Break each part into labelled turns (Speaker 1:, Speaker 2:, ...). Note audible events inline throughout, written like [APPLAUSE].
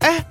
Speaker 1: 哎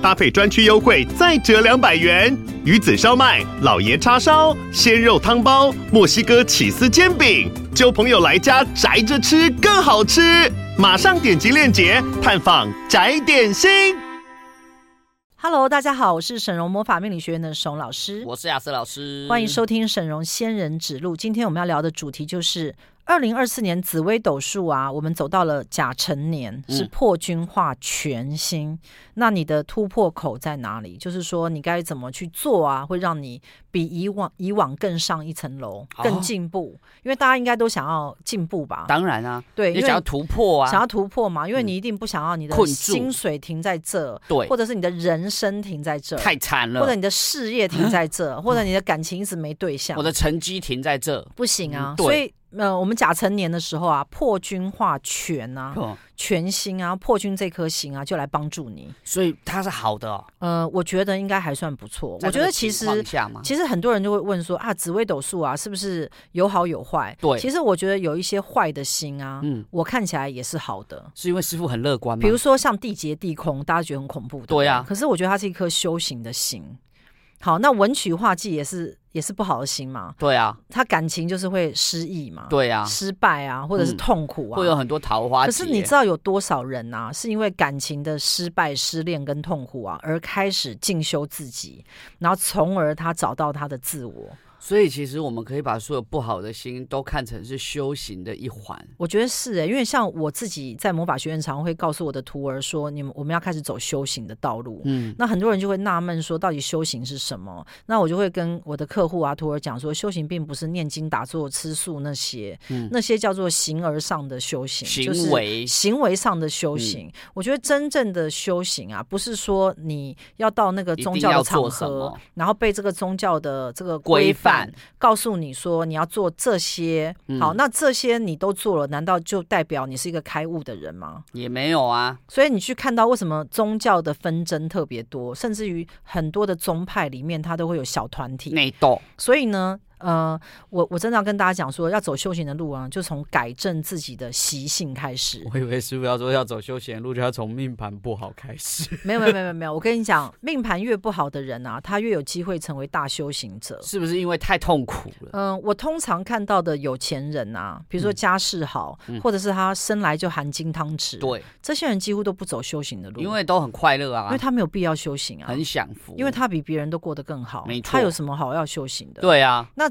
Speaker 1: 搭配专区优惠再折两百元。鱼子烧麦、老爷叉烧、鲜肉汤包、墨西哥起司煎饼，就朋友来家宅着吃更好吃。马上点击链接探访宅点心。
Speaker 2: Hello，大家好，我是沈荣魔法命理学院的沈荣老师，
Speaker 3: 我是亚瑟老师，
Speaker 2: 欢迎收听沈荣仙人指路。今天我们要聊的主题就是二零二四年紫微斗数啊，我们走到了甲辰年，是
Speaker 3: 嗯
Speaker 2: 破军化全新。那你的突破口在哪里？就是说你该怎么去做啊，会让你比以往以往更上一层楼，更
Speaker 3: 哦
Speaker 2: 进步。因为大家应该都想要进步吧？
Speaker 3: 当然啊，
Speaker 2: 对，因
Speaker 3: 你
Speaker 2: 为
Speaker 3: 想要突破啊，
Speaker 2: 想要突破嘛，因为
Speaker 3: 嗯
Speaker 2: 你一定不想要你的
Speaker 3: 困住
Speaker 2: 薪水停在这，
Speaker 3: 对
Speaker 2: 或，者是你的人生停在这，
Speaker 3: 太惨了，
Speaker 2: 或者你的事业停在这，或者你的感情一直没对象，
Speaker 3: 我的成绩停在这，
Speaker 2: 不行啊
Speaker 3: 嗯。对
Speaker 2: 所以呃，我们甲辰年的时候啊，破军化全啊，
Speaker 3: 哦
Speaker 2: 全星啊，破军这颗星啊，就来帮助你。
Speaker 3: 所以它是好的哦。
Speaker 2: 呃，我觉得应该还算不错。
Speaker 3: 在
Speaker 2: 我
Speaker 3: 这
Speaker 2: 觉
Speaker 3: 个
Speaker 2: 得其
Speaker 3: 情
Speaker 2: 实
Speaker 3: 况下嘛，
Speaker 2: 其实很多人就会问说啊，紫微斗数啊，是不是有好有坏？
Speaker 3: 对
Speaker 2: 其实我觉得有一些坏的星啊，
Speaker 3: 嗯，
Speaker 2: 我看起来也是好的。
Speaker 3: 是因为师傅很乐观吗？
Speaker 2: 比如说像地劫地空，大家觉得很恐怖，不
Speaker 3: 嗯对啊
Speaker 2: 可是我觉得它是一颗修行的心。好，那文曲化忌也是也是不好的心嘛，
Speaker 3: 对啊，
Speaker 2: 他感情就是会失意嘛，、
Speaker 3: 对啊，
Speaker 2: 失败啊，或者是
Speaker 3: 嗯
Speaker 2: 痛苦啊。
Speaker 3: 会有很多桃花
Speaker 2: 可
Speaker 3: 劫。
Speaker 2: 是你知道有多少人啊，是因为感情的失败、失恋跟痛苦啊，而开始进修自己，然后从而他找到他的自我。
Speaker 3: 所以其实我们可以把所有不好的心都看成是修行的一环。
Speaker 2: 我觉得是欸诶、因为像我自己在魔法学院，常会告诉我的徒儿说，你们我们要开始走修行的道路。
Speaker 3: 嗯，
Speaker 2: 那很多人就会纳闷说，到底修行是什么？那我就会跟我的客户啊、徒儿讲说，修行并不是念经、打坐、吃素那些，
Speaker 3: 嗯
Speaker 2: 那些叫做形而上的修行，
Speaker 3: 行为嗯
Speaker 2: 就是行为上的修行。我觉得真正的修行啊，不是说你要到那个
Speaker 3: 一
Speaker 2: 宗
Speaker 3: 定
Speaker 2: 教的
Speaker 3: 要
Speaker 2: 场
Speaker 3: 做什
Speaker 2: 合
Speaker 3: 么，
Speaker 2: 然后被这个宗教的这个
Speaker 3: 规
Speaker 2: 规范
Speaker 3: 范
Speaker 2: 告诉你说你要做这些。
Speaker 3: 嗯
Speaker 2: 好，那这些你都做了，难道就代表你是一个开悟的人吗？
Speaker 3: 也没有啊，
Speaker 2: 所以你去看到为什么宗教的纷争特别多，甚至于很多的宗派里面它都会有小团体。
Speaker 3: 内斗。
Speaker 2: 所以呢，呃，我我真的要跟大家讲说，要走修行的路啊，就从改正自己的习性开始。
Speaker 3: 我以为师傅要说要走休闲路，就要从命盘不好开始，
Speaker 2: 没有没有没有没有没有，我跟你讲，命盘越不好的人啊，他越有机会成为大修行者。
Speaker 3: 是不是因为太痛苦了？
Speaker 2: 嗯，我通常看到的有钱人啊，比如
Speaker 3: 嗯
Speaker 2: 说家世好，或者是他生来就含金汤匙，，
Speaker 3: 对，
Speaker 2: 这些人几乎都不走修行的路，
Speaker 3: 因为都很快乐啊
Speaker 2: 因为，他没有必要修行啊，
Speaker 3: 很享福，
Speaker 2: 因为他比别人都过得更好，
Speaker 3: 没错
Speaker 2: 他有什么好要修行的？，
Speaker 3: 对啊，
Speaker 2: 那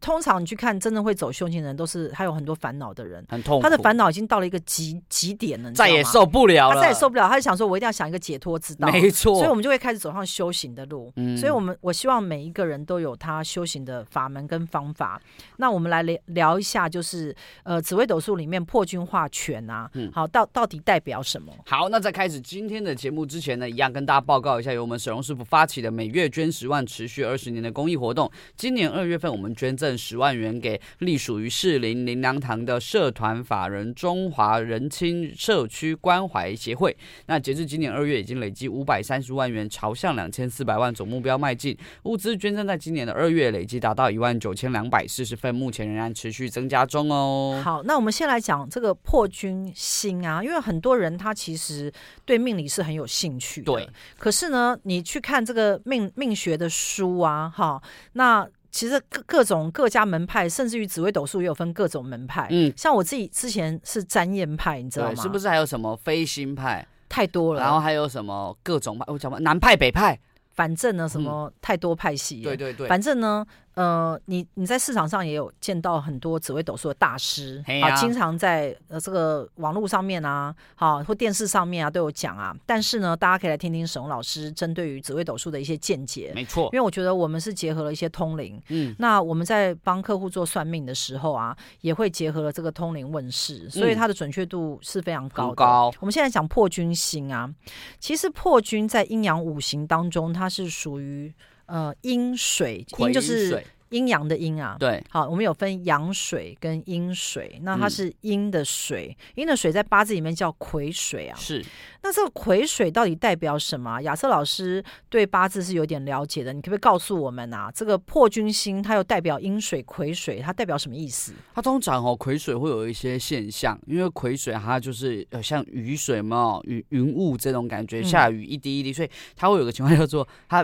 Speaker 2: 通常你去看真的会走修行的人，都是他有很多烦恼的人，
Speaker 3: 很痛苦，
Speaker 2: 他的烦恼已经到了一个极极点了，你知道
Speaker 3: 再
Speaker 2: 吗
Speaker 3: 也受不了
Speaker 2: 他
Speaker 3: 了，
Speaker 2: 再也受不了，他就想说，我一定要想一个解脱之道，
Speaker 3: 没
Speaker 2: 所以我
Speaker 3: 错，
Speaker 2: 们就会开始走上修行的路。
Speaker 3: 嗯
Speaker 2: 所以，我们我希望每一个人都有他修行的法门跟方法。那我们来聊聊一下，就是呃，紫微斗数里面破军化权啊，
Speaker 3: 嗯
Speaker 2: 好，到到底代表什么？
Speaker 3: 好，那在开始今天的节目之前呢，一样跟大家报告一下，由我们沈荣师傅发起的每月捐十万、持续二十年的公益活动。今年二月份，我们捐赠十万元给隶属于士林林良堂的社团法人中华仁亲社区关怀协会。那截至今年二月，已经累积五百三十万元，朝向两千四百万总目标迈进。物资捐赠在今年的二月累计达到一万九千两百四十份，目前仍然持续增加中哦。
Speaker 2: 好，那我们先来讲这个破军星啊，因为很多人他其实对命理是很有兴趣的，
Speaker 3: 对。
Speaker 2: 可是呢，你去看这个命命学的书啊，哈，那其实各各种各家门派，甚至于紫微斗数也有分各种门派。
Speaker 3: 嗯，
Speaker 2: 像我自己之前是占验派，你知道
Speaker 3: 对，
Speaker 2: 吗？
Speaker 3: 是不
Speaker 2: 是
Speaker 3: 是还有什么飞星派？
Speaker 2: 太多
Speaker 3: 然后
Speaker 2: 了？
Speaker 3: 还有什么各种派？我讲吧，南派、北派，
Speaker 2: 反正呢，什么太多派系、
Speaker 3: 嗯对。对对，
Speaker 2: 反正呢，呃，你你在市场上也有见到很多紫微斗数的大师，
Speaker 3: 嘿
Speaker 2: 啊，
Speaker 3: 呀
Speaker 2: 经常在呃这个网络上面啊，好、或电视上面啊都有讲啊。但是呢，大家可以来听听沈龙老师针对于紫微斗数的一些见解，
Speaker 3: 没错
Speaker 2: 因，为我觉得我们是结合了一些通灵。
Speaker 3: 嗯，
Speaker 2: 那我们在帮客户做算命的时候啊，也会结合了这个通灵问世，所以它的准确度是非常高的。
Speaker 3: 嗯很高
Speaker 2: 我们现在讲破军星啊，其实破军在阴阳五行当中，它是属于呃阴水，阴
Speaker 3: 癸
Speaker 2: 就是
Speaker 3: 水
Speaker 2: 阴阳的阴啊。
Speaker 3: 对，
Speaker 2: 好，我们有分阳水跟阴水，那它
Speaker 3: 嗯
Speaker 2: 是阴的水，阴、的水在八字里面叫癸水啊。
Speaker 3: 是
Speaker 2: 那这个癸水到底代表什么啊、亚瑟老师对八字是有点了解的，你可不可以告诉我们啊？这个破军星它又代表阴水、癸水，它代表什么意思？
Speaker 3: 它通常哦，癸水会有一些现象，因为癸水它就是呃像雨水嘛，雨云雾这种感觉，
Speaker 2: 嗯
Speaker 3: 下雨一滴一滴，所以它会有个情况叫做它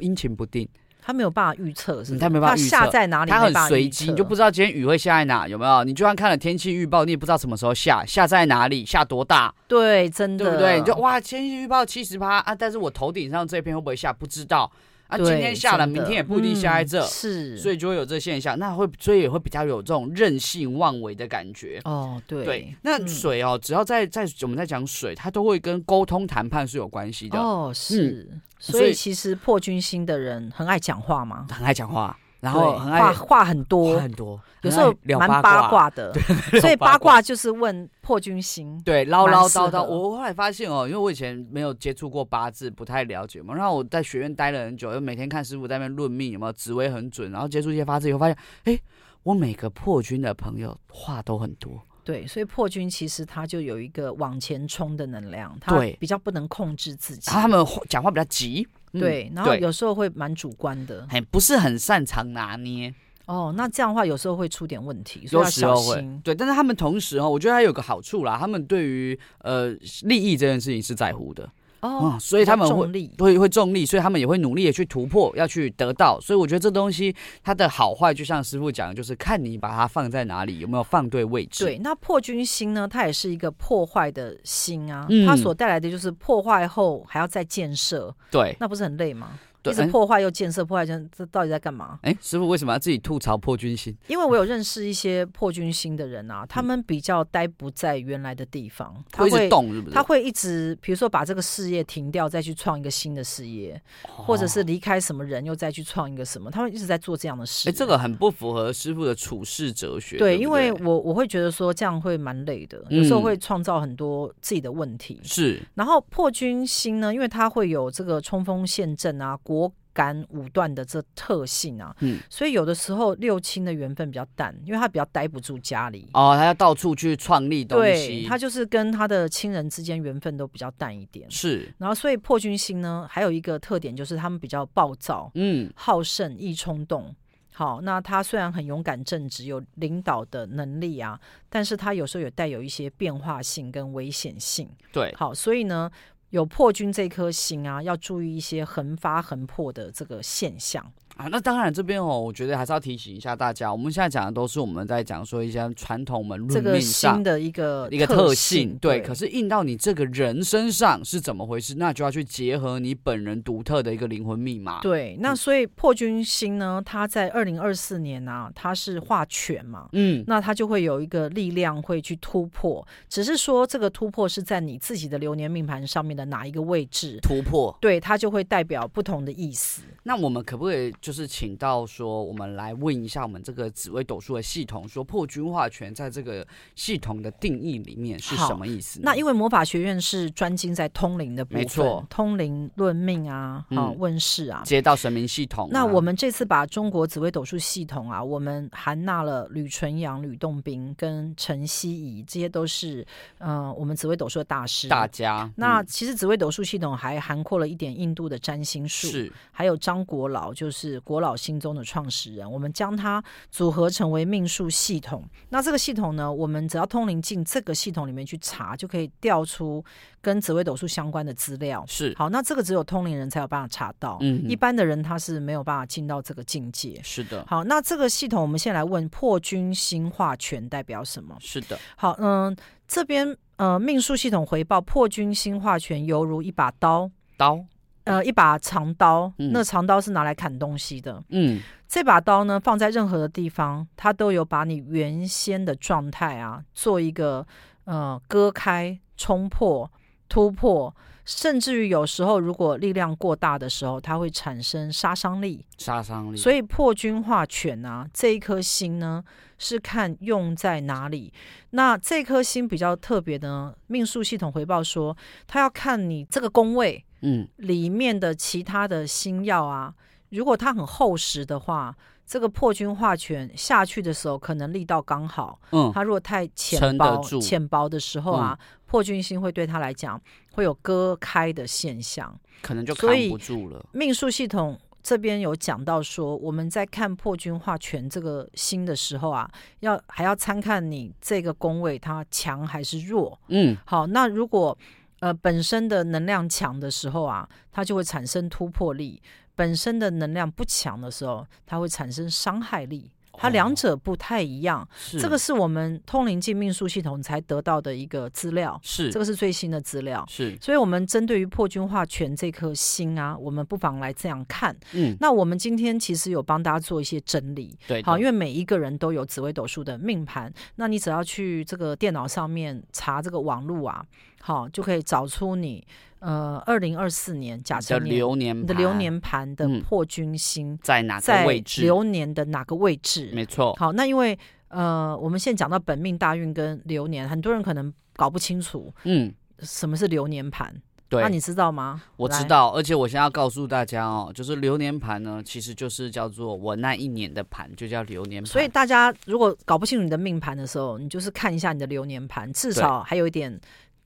Speaker 3: 阴晴不定，
Speaker 2: 它没有办法预测，是不是？
Speaker 3: 嗯它没办法预测
Speaker 2: 下在哪里？
Speaker 3: 它
Speaker 2: 没
Speaker 3: 很
Speaker 2: 办法
Speaker 3: 随
Speaker 2: 预
Speaker 3: 机，
Speaker 2: 测
Speaker 3: 你就不知道今天雨会下在哪，有没有？你就算看了天气预报，你也不知道什么时候下，下在哪里，下多大，
Speaker 2: 对，真的
Speaker 3: 对不对？你就哇，天气预报七十趴啊，但是我头顶上这片会不会下？不知道啊，今
Speaker 2: 对
Speaker 3: 天下了，
Speaker 2: 真的
Speaker 3: 明天也不一定下在这
Speaker 2: 嗯，是，
Speaker 3: 所以就会有这现象，那会所以也会比较有这种任性妄为的感觉。
Speaker 2: 哦，对
Speaker 3: 对，那
Speaker 2: 嗯
Speaker 3: 水哦，只要在在我们在讲水，它都会跟沟通谈判是有关系的。嗯
Speaker 2: 哦，是、所
Speaker 3: 所以
Speaker 2: 以其实破军星的人很爱讲话嘛，
Speaker 3: 很爱讲话，然
Speaker 2: 对
Speaker 3: 后很爱
Speaker 2: 话话很
Speaker 3: 话
Speaker 2: 多，
Speaker 3: 很多，
Speaker 2: 有
Speaker 3: 很
Speaker 2: 时候
Speaker 3: 爱聊
Speaker 2: 蛮
Speaker 3: 八
Speaker 2: 八。卦
Speaker 3: [LAUGHS]
Speaker 2: 的，所以八卦就是问破军星。
Speaker 3: 对，唠唠
Speaker 2: 蛮适
Speaker 3: 叨叨。
Speaker 2: 合
Speaker 3: 我后来发现哦，因为我以前没有接触过八字，不太了解嘛。然后我在学院待了很久，又每天看师傅在那边论命有没有紫微很准，然后接触一些八字以后发现，哎，我每个破军的朋友话都很多。
Speaker 2: 对，所以破军其实他就有一个往前冲的能量，他
Speaker 3: 对
Speaker 2: 比较不能控制自己
Speaker 3: 然，后他们话讲话比较急，嗯
Speaker 2: 对，然后
Speaker 3: 对
Speaker 2: 有时候会蛮主观的。
Speaker 3: 很不是很擅长拿捏，
Speaker 2: 哦，那这样的话有时候会出点问题，所以
Speaker 3: 有
Speaker 2: 要
Speaker 3: 时
Speaker 2: 小
Speaker 3: 候会
Speaker 2: 心。
Speaker 3: 对，但是他们同时哦，我觉得他有个好处啦，他们对于呃利益这件事情是在乎的，
Speaker 2: 哦，
Speaker 3: 嗯，所以他们
Speaker 2: 比较
Speaker 3: 会
Speaker 2: 重力
Speaker 3: 会会重力，所以他们也会努力的去突破，要去得到。所以我觉得这东西它的好坏，就像师傅讲，的，就是看你把它放在哪里，有没有放对位置。
Speaker 2: 对，，那破军星呢，它也是一个破坏的星啊，
Speaker 3: 嗯
Speaker 2: 它所带来的就是破坏后还要再建设，
Speaker 3: 对，
Speaker 2: 那不是很累吗？
Speaker 3: 对
Speaker 2: 一直
Speaker 3: 哎
Speaker 2: 破坏又建设，破坏建设这到底在干嘛？
Speaker 3: 哎，师傅为什么要自己吐槽破军星？
Speaker 2: 因为我有认识一些破军星的人啊，他们比较待不在原来的地方，他
Speaker 3: 嗯会一直
Speaker 2: 会。
Speaker 3: 动是不是？
Speaker 2: 他会一直，比如说把这个事业停掉，再去创一个新的事业，
Speaker 3: 哦
Speaker 2: 或者是离开什么人，又再去创一个什么，他们一直在做这样的事。
Speaker 3: 哎，这个很不符合师傅的处世哲学。
Speaker 2: 对，
Speaker 3: 不嗯
Speaker 2: 因为我我会觉得说这样会蛮累的，有时候会创造很多自己的问题。
Speaker 3: 是
Speaker 2: 然后破军星呢，因为它会有这个冲锋陷阵啊、果敢武断的这特性啊，
Speaker 3: 嗯
Speaker 2: 所以有的时候六亲的缘分比较淡，因为他比较待不住家里。
Speaker 3: 哦，他要到处去创立东
Speaker 2: 对
Speaker 3: 西，
Speaker 2: 他就是跟他的亲人之间缘分都比较淡一点，
Speaker 3: 是
Speaker 2: 然后所以破军星呢，还有一个特点就是他们比较暴躁、
Speaker 3: 嗯
Speaker 2: 好胜、易冲动。好，那他虽然很勇敢正直，有领导的能力啊，但是他有时候有带有一些变化性跟危险性。
Speaker 3: 对。
Speaker 2: 好，所以呢，有破军这颗星啊，要注意一些横发横破的这个现象。
Speaker 3: 啊，那当然这边哦，我觉得还是要提醒一下大家，我们现在讲的都是我们在讲说一些传统我们
Speaker 2: 这
Speaker 3: 论
Speaker 2: 个
Speaker 3: 命
Speaker 2: 新
Speaker 3: 上。
Speaker 2: 的一个
Speaker 3: 一个
Speaker 2: 特
Speaker 3: 特性，对，可是印到你这个人身上是怎么回事，那就要去结合你本人独特的一个灵魂密码。，
Speaker 2: 对，那所以破军星呢，它在二零二四年啊，它是化权嘛。
Speaker 3: 嗯，
Speaker 2: 那它就会有一个力量会去突破，只是说这个突破是在你自己的流年命盘上面的哪一个位置，
Speaker 3: 突破。
Speaker 2: 对它就会代表不同的意思。
Speaker 3: 那我们可不可以就是请到说，我们来问一下我们这个紫微斗数的系统，说破军化权在这个系统的定义里面是
Speaker 2: 好
Speaker 3: 什么意思呢？
Speaker 2: 那因为魔法学院是专精在通灵的部分，
Speaker 3: 没错
Speaker 2: 通灵论命啊，好、
Speaker 3: 嗯
Speaker 2: 问世啊。
Speaker 3: 接到神明系统啊、
Speaker 2: 那我们这次把中国紫微斗数系统啊，我们含纳了吕纯阳、吕洞宾跟陈希怡，这些都是呃我们紫微斗数的大师。
Speaker 3: 大家
Speaker 2: 那
Speaker 3: 嗯
Speaker 2: 其实紫微斗数系统还涵括了一点印度的占星术，
Speaker 3: 是
Speaker 2: 还有张国老，就是国老心中的创始人。我们将它组合成为命数系统。那这个系统呢，我们只要通灵进这个系统里面去查，就可以调出跟紫微斗数相关的资料。
Speaker 3: 是
Speaker 2: 好，那这个只有通灵人才有办法查到，
Speaker 3: 嗯哼
Speaker 2: 一般的人他是没有办法进到这个境界。
Speaker 3: 是的，
Speaker 2: 好，那这个系统我们先来问破军星化权代表什么？
Speaker 3: 是的，
Speaker 2: 好，嗯，这边呃命数系统回报破军星化权犹如一把刀，
Speaker 3: 刀，
Speaker 2: 呃一把长刀，
Speaker 3: 嗯
Speaker 2: 那长刀是拿来砍东西的。
Speaker 3: 嗯，
Speaker 2: 这把刀呢放在任何的地方，它都有把你原先的状态啊做一个呃割开、冲破、突破，甚至于有时候如果力量过大的时候，它会产生杀伤力。
Speaker 3: 杀伤力，
Speaker 2: 所以破军化权啊，这一颗星呢是看用在哪里。那这颗星比较特别的呢，命数系统回报说，它要看你这个宫位
Speaker 3: 嗯，
Speaker 2: 里面的其他的星耀啊，如果它很厚实的话，这个破军化权下去的时候，可能力道刚好，
Speaker 3: 嗯，
Speaker 2: 它如果太浅
Speaker 3: 撑得
Speaker 2: 薄
Speaker 3: 住、嗯
Speaker 2: 浅薄的时候啊，破军星会对他来讲会有割开的现象。
Speaker 3: 可能就扛
Speaker 2: 所以
Speaker 3: 不住了。
Speaker 2: 命数系统这边有讲到说，我们在看破军化权这个星的时候啊，要还要参看你这个宫位它强还是弱。
Speaker 3: 嗯，
Speaker 2: 好，那如果呃本身的能量强的时候啊，它就会产生突破力；本身的能量不强的时候，它会产生伤害力。它
Speaker 3: 哦
Speaker 2: 两者不太一样，
Speaker 3: 是
Speaker 2: 这个是我们通灵界命数系统才得到的一个资料，
Speaker 3: 是
Speaker 2: 这个是最新的资料。
Speaker 3: 是
Speaker 2: 所以，我们针对于破军化权这颗星啊，我们不妨来这样看。
Speaker 3: 嗯，
Speaker 2: 那我们今天其实有帮大家做一些整理，
Speaker 3: 对的，
Speaker 2: 好，因
Speaker 3: 为
Speaker 2: 为每一个人都有紫微斗数的命盘，那你只要去这个电脑上面查这个网路啊，好，就可以找出你呃二零二四年甲
Speaker 3: 的
Speaker 2: 辰年
Speaker 3: 流年
Speaker 2: 你的
Speaker 3: 盘
Speaker 2: 流年盘的
Speaker 3: 嗯
Speaker 2: 破军星
Speaker 3: 在哪个
Speaker 2: 在
Speaker 3: 位置？
Speaker 2: 流年的哪个位置？
Speaker 3: 没错，
Speaker 2: 好，那因为呃，我们现在讲到本命大运跟流年，很多人可能搞不清楚
Speaker 3: 嗯，
Speaker 2: 什么是流年盘，
Speaker 3: 对，
Speaker 2: 那你知道吗？
Speaker 3: 我知
Speaker 2: 来。
Speaker 3: 道，而且我现在要告诉大家哦，就是流年盘呢，其实就是叫做我那一年的盘，就叫流年盘。
Speaker 2: 所以大家如果搞不清楚你的命盘的时候，你就是看一下你的流年盘，至
Speaker 3: 对
Speaker 2: 少还有一点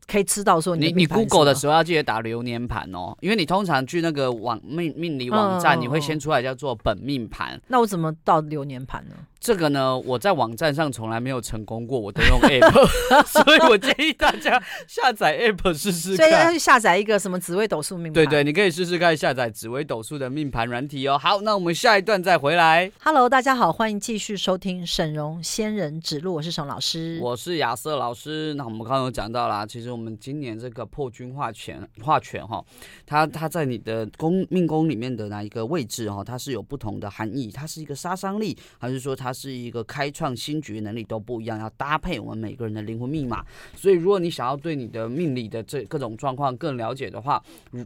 Speaker 2: 可以知道说
Speaker 3: 你
Speaker 2: 的命盘是
Speaker 3: Google 的
Speaker 2: 什
Speaker 3: 时候要记得打流年盘哦，因为你通常去那个网命命理网站，
Speaker 2: 嗯
Speaker 3: 你会先出来叫做本命盘。
Speaker 2: 么，那我怎么到流年盘呢？
Speaker 3: 这个呢，我在网站上从来没有成功过，我都用
Speaker 2: [LAUGHS]
Speaker 3: app，所以我建议大家下载 app 试试
Speaker 2: 所以要
Speaker 3: 看。
Speaker 2: 去下载一个什么紫微斗数命盘。
Speaker 3: 对对，你可以试试看下载紫微斗数的命盘软体哦。好，那我们下一段再回来。
Speaker 2: ，Hello，大家好，欢迎继续收听沈荣仙人指路，我是沈老师。
Speaker 3: 我是亚瑟老师。那我们刚刚有讲到啦，其实我们今年这个破军化权化权哈，它它在你的宫命宫里面的哪一个位置哈，它是有不同的含义，它是一个杀伤力，还是说它是一个开创新局能力都不一样，要搭配我们每个人的灵魂密码。所以如果你想要对你的命理的这各种状况更了解的话，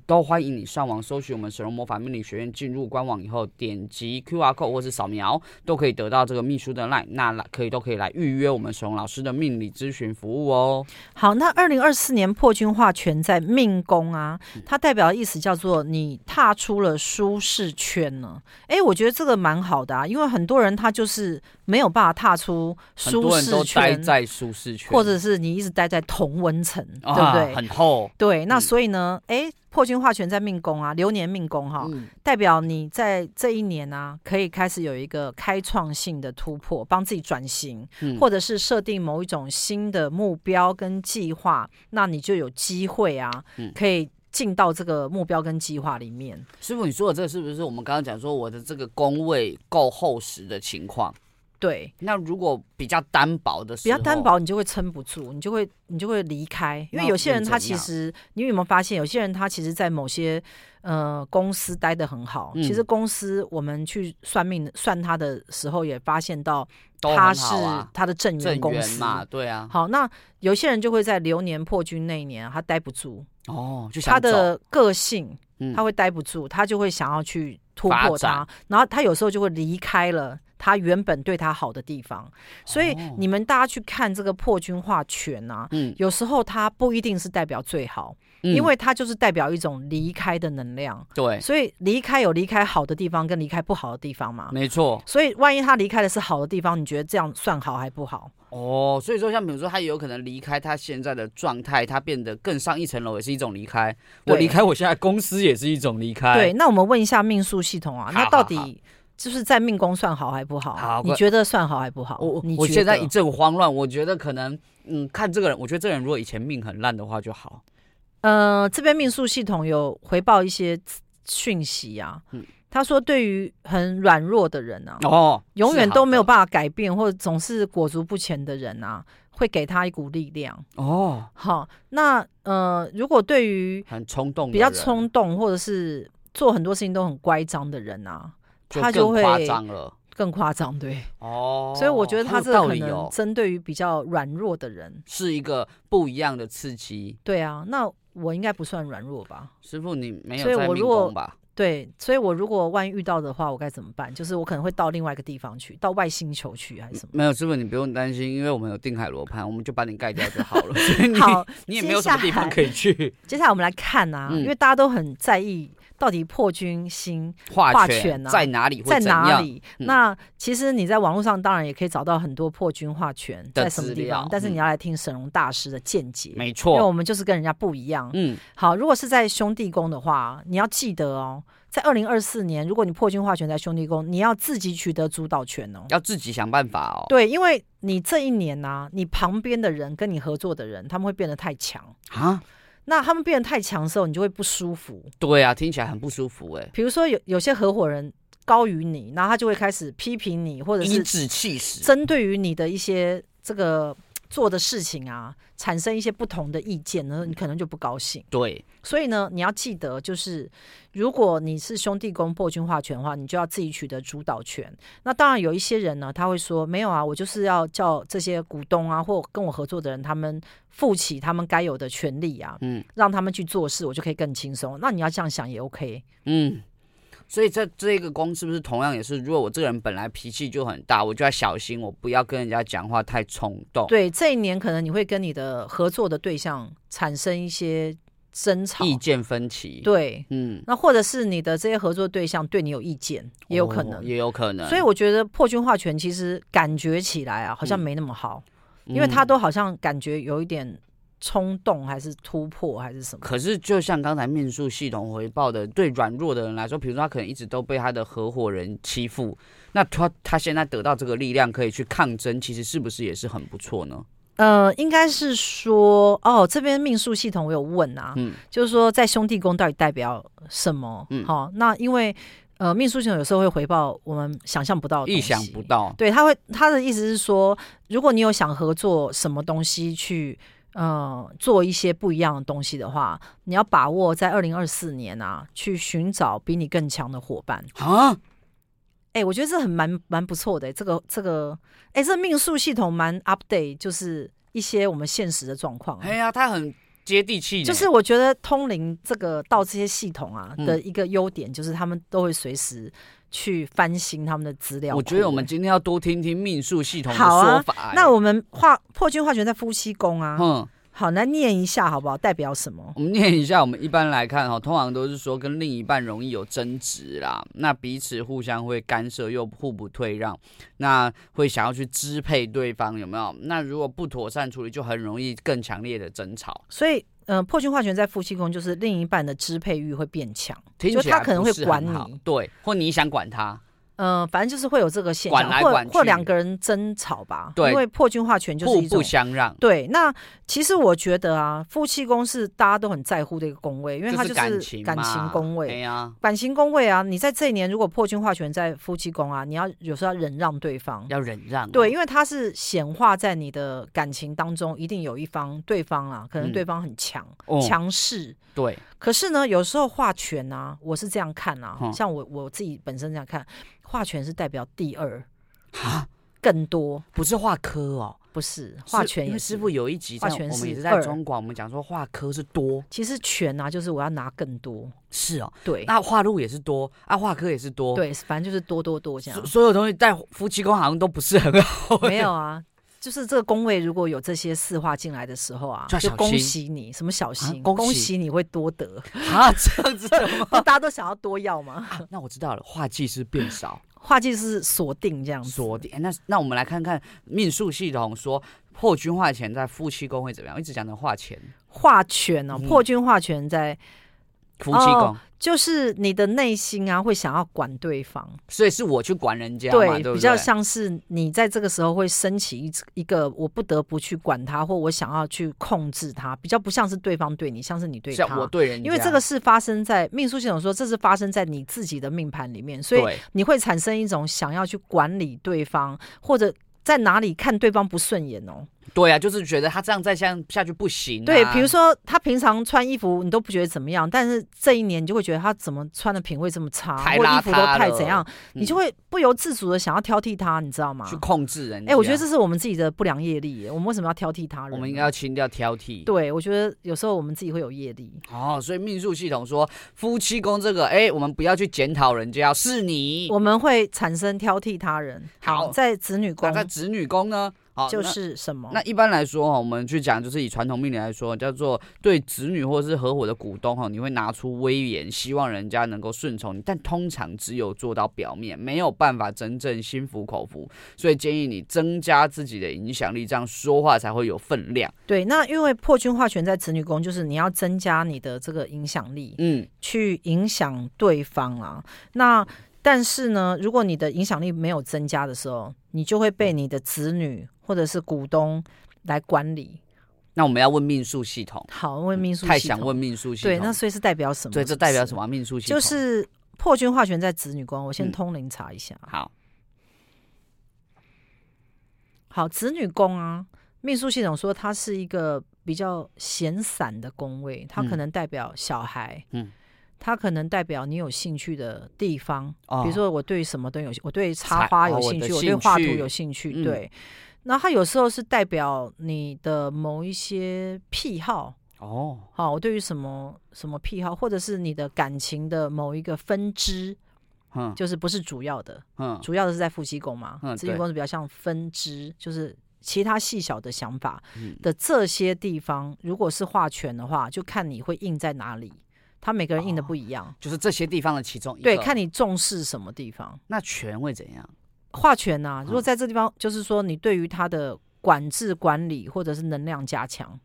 Speaker 3: 都欢迎你上网搜寻我们神龙魔法命理学院，进入官网以后点击 Q R code 或是扫描。都可以得到这个秘书的 line，那来可以都可以来预约我们沈龙老师的命理咨询服务哦。
Speaker 2: 好，那二零二四年破军化权在命宫啊，
Speaker 3: 嗯
Speaker 2: 它代表的意思叫做你踏出了舒适圈呢。诶，我觉得这个蛮好的啊，因为很多人他就是没有办法踏出
Speaker 3: 很
Speaker 2: 舒
Speaker 3: 多人
Speaker 2: 适
Speaker 3: 都待
Speaker 2: 圈，
Speaker 3: 在舒适圈，
Speaker 2: 或者是你一直待在同温层，
Speaker 3: 啊
Speaker 2: 对不对？
Speaker 3: 很厚，
Speaker 2: 对，那
Speaker 3: 嗯
Speaker 2: 所以呢，诶，破军化权在命宫啊，流年命宫哈、
Speaker 3: 嗯，
Speaker 2: 代表你在这一年啊，可以开始有一个开创性的突破，帮自己转型，
Speaker 3: 嗯
Speaker 2: 或者是设定某一种新的目标跟计划，那你就有机会啊，
Speaker 3: 嗯
Speaker 2: 可以进到这个目标跟计划里面。
Speaker 3: 师傅，你说的这个是不是我们刚刚讲说我的这个宫位够厚实的情况？
Speaker 2: 对，
Speaker 3: 那如果比较单薄的时
Speaker 2: 比
Speaker 3: 候，
Speaker 2: 较单，薄，你就会撑不住，你就会你就会离开。因为
Speaker 3: 那
Speaker 2: 有些人
Speaker 3: 变
Speaker 2: 他
Speaker 3: 怎
Speaker 2: 其
Speaker 3: 样
Speaker 2: 实，你有没有发现，有些人他其实，在某些呃公司待得很好。
Speaker 3: 嗯
Speaker 2: 其实公司我们去算命算他的时候，也发现到
Speaker 3: 都
Speaker 2: 他
Speaker 3: 很
Speaker 2: 是
Speaker 3: 好啊，
Speaker 2: 他的正
Speaker 3: 正
Speaker 2: 源公
Speaker 3: 缘
Speaker 2: 司
Speaker 3: 嘛，对啊，
Speaker 2: 好，那有些人就会在流年破军那一年啊，他待不住，
Speaker 3: 哦，就想
Speaker 2: 他
Speaker 3: 走
Speaker 2: 的个性
Speaker 3: 嗯
Speaker 2: 他会待不住，他就会想要去突
Speaker 3: 发
Speaker 2: 破它
Speaker 3: 展，
Speaker 2: 然后他有时候就会离开了他原本对他好的地方，所以
Speaker 3: 哦
Speaker 2: 你们大家去看这个破军化权啊。
Speaker 3: 嗯，
Speaker 2: 有时候它不一定是代表最好，
Speaker 3: 嗯
Speaker 2: 因为它就是代表一种离开的能量，
Speaker 3: 对，
Speaker 2: 所以离开有离开好的地方跟离开不好的地方嘛。
Speaker 3: 没错，
Speaker 2: 所以万一他离开的是好的地方，你觉得这样算好还不好？
Speaker 3: 哦，所以说像比如说他也有可能离开他现在的状态，他变得更上一层楼也是一种离开。我
Speaker 2: 对
Speaker 3: 离开我现在公司也是一种离开。
Speaker 2: 对，，那我们问一下命数系统啊，
Speaker 3: 哎好
Speaker 2: 那到
Speaker 3: 好好
Speaker 2: 底就是在命宫算好还不好？
Speaker 3: 好
Speaker 2: 你
Speaker 3: 我
Speaker 2: 觉得算好还不好？
Speaker 3: 我我
Speaker 2: 你
Speaker 3: 我
Speaker 2: 觉
Speaker 3: 现在
Speaker 2: 得
Speaker 3: 一阵慌乱，我觉得可能嗯，看这个人，我觉得这个人如果以前命很烂的话就好。
Speaker 2: 呃，这边命数系统有回报一些讯息啊，
Speaker 3: 嗯
Speaker 2: 他说对于很软弱的人啊，
Speaker 3: 哦，
Speaker 2: 永
Speaker 3: 是
Speaker 2: 远
Speaker 3: 好
Speaker 2: 都没有
Speaker 3: 的
Speaker 2: 办法改变或者总是裹足不前的人啊，会给他一股力量。
Speaker 3: 哦，
Speaker 2: 好，那呃，如果对于
Speaker 3: 很冲动的人，
Speaker 2: 比较冲动或者是做很多事情都很乖张的人啊，
Speaker 3: 就
Speaker 2: 他
Speaker 3: 更
Speaker 2: 就会
Speaker 3: 夸张了。
Speaker 2: 更夸张，对。
Speaker 3: 哦，
Speaker 2: 所以我觉得他
Speaker 3: 很
Speaker 2: 这
Speaker 3: 有
Speaker 2: 个
Speaker 3: 道
Speaker 2: 可
Speaker 3: 理
Speaker 2: 能
Speaker 3: 哦，
Speaker 2: 针对于比较软弱的人，
Speaker 3: 是一个不一样的刺激。
Speaker 2: 对啊，那我应该不算软弱吧？
Speaker 3: 师傅，你没
Speaker 2: 所以
Speaker 3: 有在
Speaker 2: 我
Speaker 3: 命
Speaker 2: 如果
Speaker 3: 宫吧？
Speaker 2: 对，所以我如果万一遇到的话，我该怎么办？就是我可能会到另外一个地方去，到外星球去还是什么？
Speaker 3: 没有，师傅你不用担心，因为我们有定海罗盘，我们就把你盖掉就好了。
Speaker 2: [LAUGHS]
Speaker 3: 所以你
Speaker 2: 好， [LAUGHS]
Speaker 3: 你也没有什么地方可以去。
Speaker 2: 接下来我们来看啊，
Speaker 3: 嗯
Speaker 2: 因为大家都很在意到底破军星
Speaker 3: 画
Speaker 2: 画
Speaker 3: 圈
Speaker 2: 圈啊
Speaker 3: 在哪里？
Speaker 2: 在哪？里？
Speaker 3: 嗯
Speaker 2: 那其实你在网络上当然也可以找到很多破军画圈
Speaker 3: 的
Speaker 2: 在什么
Speaker 3: 资
Speaker 2: 地
Speaker 3: 料
Speaker 2: 方，但是
Speaker 3: 嗯
Speaker 2: 你要来听沈荣大师的见解，
Speaker 3: 没
Speaker 2: 因为我
Speaker 3: 错，
Speaker 2: 们就是跟人家不一样。
Speaker 3: 嗯，
Speaker 2: 好，如果是在兄弟宫的话，你要记得哦，在二零二四年，如果你破军化权在兄弟宫，你要自己取得主导权哦。
Speaker 3: 要自己想办法哦。
Speaker 2: 对，因为你这一年呢、你旁边的人跟你合作的人，他们会变得太强。
Speaker 3: 啊，
Speaker 2: 那他们变得太强的时候，你就会不舒服。
Speaker 3: 对啊，听起来很不舒服哎，
Speaker 2: 比如说有有些合伙人高于你，然后他就会开始批评你，或者
Speaker 3: 颐
Speaker 2: 是
Speaker 3: 指气使，
Speaker 2: 针对于你的一些这个做的事情啊，产生一些不同的意见，然后你可能就不高兴。
Speaker 3: 对，
Speaker 2: 所以呢，你要记得，就是如果你是兄弟宫破军化权的话，你就要自己取得主导权。那当然有一些人呢，他会说没有啊，我就是要叫这些股东啊，或跟我合作的人，他们负起他们该有的权利啊，
Speaker 3: 嗯
Speaker 2: 让他们去做事，我就可以更轻松。那你要这样想也 OK。
Speaker 3: 嗯。所以在这个宫是不是同样也是？如果我这个人本来脾气就很大，我就要小心，我不要跟人家讲话太冲动，
Speaker 2: 对，这一年可能你会跟你的合作的对象产生一些争吵，
Speaker 3: 意见分歧。，
Speaker 2: 对。
Speaker 3: 嗯，
Speaker 2: 那或者是你的这些合作对象对你有意见，也有可能。
Speaker 3: 哦也有可能。
Speaker 2: 所以我觉得破军化权其实感觉起来啊，好像
Speaker 3: 嗯
Speaker 2: 没那么好，
Speaker 3: 嗯，
Speaker 2: 因为他都好像感觉有一点冲动，还是突破，还是什么。
Speaker 3: 可是，就像刚才命数系统回报的，对软弱的人来说，比如说他可能一直都被他的合伙人欺负，那他他现在得到这个力量可以去抗争，其实是不是也是很不错呢？
Speaker 2: 呃，应该是说，哦，这边命数系统我有问啊，
Speaker 3: 嗯，
Speaker 2: 就是说在兄弟宫到底代表什么？好、
Speaker 3: 嗯
Speaker 2: 那因为呃，命数系统有时候会回报我们想象不到的，
Speaker 3: 意想不。到，
Speaker 2: 对，他会他的意思是说，如果你有想合作什么东西去。呃，做一些不一样的东西的话，你要把握在二零二四年啊，去寻找比你更强的伙伴。
Speaker 3: 啊，
Speaker 2: 哎、我觉得这很蛮蛮不错的、这个这个，哎、这命数系统蛮 update，就是一些我们现实的状况啊、
Speaker 3: 哎呀，他很接地气呢，
Speaker 2: 就是我觉得通灵这个到这些系统啊
Speaker 3: 嗯
Speaker 2: 的一个优点，就是他们都会随时去翻新他们的资料库。
Speaker 3: 我觉得我们今天要多听听命数系统的
Speaker 2: 好啊
Speaker 3: 说法、哎
Speaker 2: 那我们化破军化权在夫妻宫啊，
Speaker 3: 嗯，
Speaker 2: 好，来念一下好不好？代表什么？
Speaker 3: 我们念一下，我们一般来看哦哈，通常都是说跟另一半容易有争执啦，那彼此互相会干涉又互不退让，那会想要去支配对方，有没有？那如果不妥善处理，就很容易更强烈的争吵。
Speaker 2: 所以，嗯、破军化权在夫妻宫就是另一半的支配欲会变强，
Speaker 3: 听起
Speaker 2: 就
Speaker 3: 来
Speaker 2: 他可能
Speaker 3: 不
Speaker 2: 会
Speaker 3: 是
Speaker 2: 管
Speaker 3: 很好
Speaker 2: 你
Speaker 3: 对，或你想管他，
Speaker 2: 嗯、反正就是会有这个现象
Speaker 3: 管，来
Speaker 2: 或
Speaker 3: 管去
Speaker 2: 或两个人争吵吧。
Speaker 3: 对
Speaker 2: 因为破军化权就是
Speaker 3: 互
Speaker 2: 一
Speaker 3: 不
Speaker 2: 种。
Speaker 3: 相让，
Speaker 2: 对，那其实我觉得啊，夫妻宫是大家都很在乎的一个宫位，因为它
Speaker 3: 是
Speaker 2: 感
Speaker 3: 感情嘛
Speaker 2: 情宫
Speaker 3: 哎
Speaker 2: 位。
Speaker 3: 呀，
Speaker 2: 感情宫位啊，你在这一年如果破军化权在夫妻宫啊，你要有时候要忍让对方。
Speaker 3: 要忍让、啊
Speaker 2: 对，，因为它是显化在你的感情当中，一定有一方对方啊，可能
Speaker 3: 嗯
Speaker 2: 对方很强、
Speaker 3: 哦
Speaker 2: 强势，
Speaker 3: 对，
Speaker 2: 可是呢，有时候画权啊，我是这样看啊，
Speaker 3: 嗯
Speaker 2: 像我我自己本身这样看，画权是代表第二
Speaker 3: 啊，
Speaker 2: 更多，
Speaker 3: 不是画科哦，
Speaker 2: 不是
Speaker 3: 是
Speaker 2: 画权
Speaker 3: 因
Speaker 2: 也
Speaker 3: 为
Speaker 2: 是
Speaker 3: 师。傅有一集在
Speaker 2: 画权
Speaker 3: 我们也
Speaker 2: 是
Speaker 3: 是在
Speaker 2: 二
Speaker 3: 中广，我们讲说画科是多，
Speaker 2: 其实权啊，就是我要拿更多，
Speaker 3: 是哦，
Speaker 2: 对
Speaker 3: 那画路也是多，啊，画科也是多，
Speaker 2: 对，反正就是多多多这样
Speaker 3: 所。所有东西在夫妻宫好像都不是很
Speaker 2: [LAUGHS]
Speaker 3: 好，
Speaker 2: 没有啊，就是这个宫位如果有这些四化进来的时候啊
Speaker 3: 就要，
Speaker 2: 就
Speaker 3: 小
Speaker 2: 恭
Speaker 3: 心啊
Speaker 2: 喜你，什么小心，
Speaker 3: 恭喜
Speaker 2: 恭喜你会多
Speaker 3: [LAUGHS]
Speaker 2: 得，
Speaker 3: 啊，这样子的吗？
Speaker 2: 大家都想要多要嘛。
Speaker 3: 啊 [LAUGHS] 那我知道了，画技是变少，
Speaker 2: 画技是锁定这样子，
Speaker 3: 锁定。哎那那我们来看看命数系统说破军化钱在夫妻宫会怎么样？一直讲的化钱，
Speaker 2: 画权哦，
Speaker 3: 嗯
Speaker 2: 破军画权在
Speaker 3: 夫妻宫，
Speaker 2: 哦就是你的内心啊，会想要管对方，
Speaker 3: 所以是我去管人家嘛，对不对，
Speaker 2: 比较像是你在这个时候会升起一一个我不得不去管他，或我想要去控制他，比较不像是对方对你，像是你对
Speaker 3: 像
Speaker 2: 他。
Speaker 3: 我对人家，
Speaker 2: 因为这个是发生在命数系统说，这是发生在你自己的命盘里面，所以
Speaker 3: 对
Speaker 2: 你会产生一种想要去管理对方，或者在哪里看对方不顺眼哦。
Speaker 3: 对啊，就是觉得他这样再下下去不行、啊。
Speaker 2: 对，比如说他平常穿衣服你都不觉得怎么样，但是这一年你就会觉得他怎么穿的品味这么差，
Speaker 3: 太
Speaker 2: 或
Speaker 3: 邋
Speaker 2: 衣服都
Speaker 3: 遢
Speaker 2: 太
Speaker 3: 了嗯
Speaker 2: 怎样，你就会不由自主的想要挑剔他，你知道吗
Speaker 3: 去？控制人
Speaker 2: 哎、
Speaker 3: 家。
Speaker 2: 我觉得这是我们自己的不良业力耶，我们为什么要挑剔他人呢？
Speaker 3: 我们应该要清掉挑剔。
Speaker 2: 对，我觉得有时候我们自己会有业力。
Speaker 3: 哦，所以命数系统说夫妻宫这个，哎，我们不要去检讨人家，是你。
Speaker 2: 我们会产生挑剔他人。
Speaker 3: 嗯好
Speaker 2: 在子女宫
Speaker 3: 那，在子女宫呢？好，
Speaker 2: 就
Speaker 3: 那
Speaker 2: 是哦什么？
Speaker 3: 那一般来说哦哈，我们去讲就是以传统命理来说，叫做对子女或是合伙的股东哦哈，你会拿出威严，希望人家能够顺从你，但通常只有做到表面，没有办法真正心服口服。所以建议你增加自己的影响力，这样说话才会有分量。
Speaker 2: 对，那因为破军化权在子女宫，就是你要增加你的这个影响力，
Speaker 3: 嗯，
Speaker 2: 去影响对方啊。那但是呢，如果你的影响力没有增加的时候，你就会被你的子女或者是股东来管理。
Speaker 3: 那我们要问命数系统，
Speaker 2: 好，问秘书
Speaker 3: 嗯太
Speaker 2: 系
Speaker 3: 想
Speaker 2: 统
Speaker 3: 问命数系统，
Speaker 2: 对，那所以是代表什么？
Speaker 3: 所以这代表
Speaker 2: 么？
Speaker 3: 什么啊？命数系统
Speaker 2: 就是破军化权在子女宫，我先
Speaker 3: 嗯
Speaker 2: 通灵查一下。
Speaker 3: 好，
Speaker 2: 好，子女宫啊，命数系统说它是一个比较闲散的宫位，它可
Speaker 3: 嗯
Speaker 2: 能代表小孩，
Speaker 3: 嗯，
Speaker 2: 它可能代表你有兴趣的地方，
Speaker 3: 哦
Speaker 2: 比如说我对什么都有，我对插
Speaker 3: 彩
Speaker 2: 花
Speaker 3: 哦
Speaker 2: 有
Speaker 3: 我
Speaker 2: 兴
Speaker 3: 的
Speaker 2: 趣，我对
Speaker 3: 兴
Speaker 2: 画图
Speaker 3: 趣
Speaker 2: 有兴趣，
Speaker 3: 嗯
Speaker 2: 对。然后它有时候是代表你的某一些癖好，
Speaker 3: 哦，
Speaker 2: 好，我对于什么什么癖好，或者是你的感情的某一个分支，
Speaker 3: 嗯
Speaker 2: 就是不是主要的，
Speaker 3: 嗯
Speaker 2: 主要的是在夫妻宫嘛，
Speaker 3: 嗯
Speaker 2: 子女
Speaker 3: 对
Speaker 2: 宫是比较像分支，就是其他细小的想法
Speaker 3: 嗯
Speaker 2: 的这些地方，如果是画权的话，就看你会印在哪里，它每个人印的不一样，
Speaker 3: 就是这些地方的其哦中一个。
Speaker 2: 对，看你重视什么地方。
Speaker 3: 那权会怎样？
Speaker 2: 画权呐、如果
Speaker 3: 嗯
Speaker 2: 在这地方，就是说你对于它的管制管理或者是能量加强，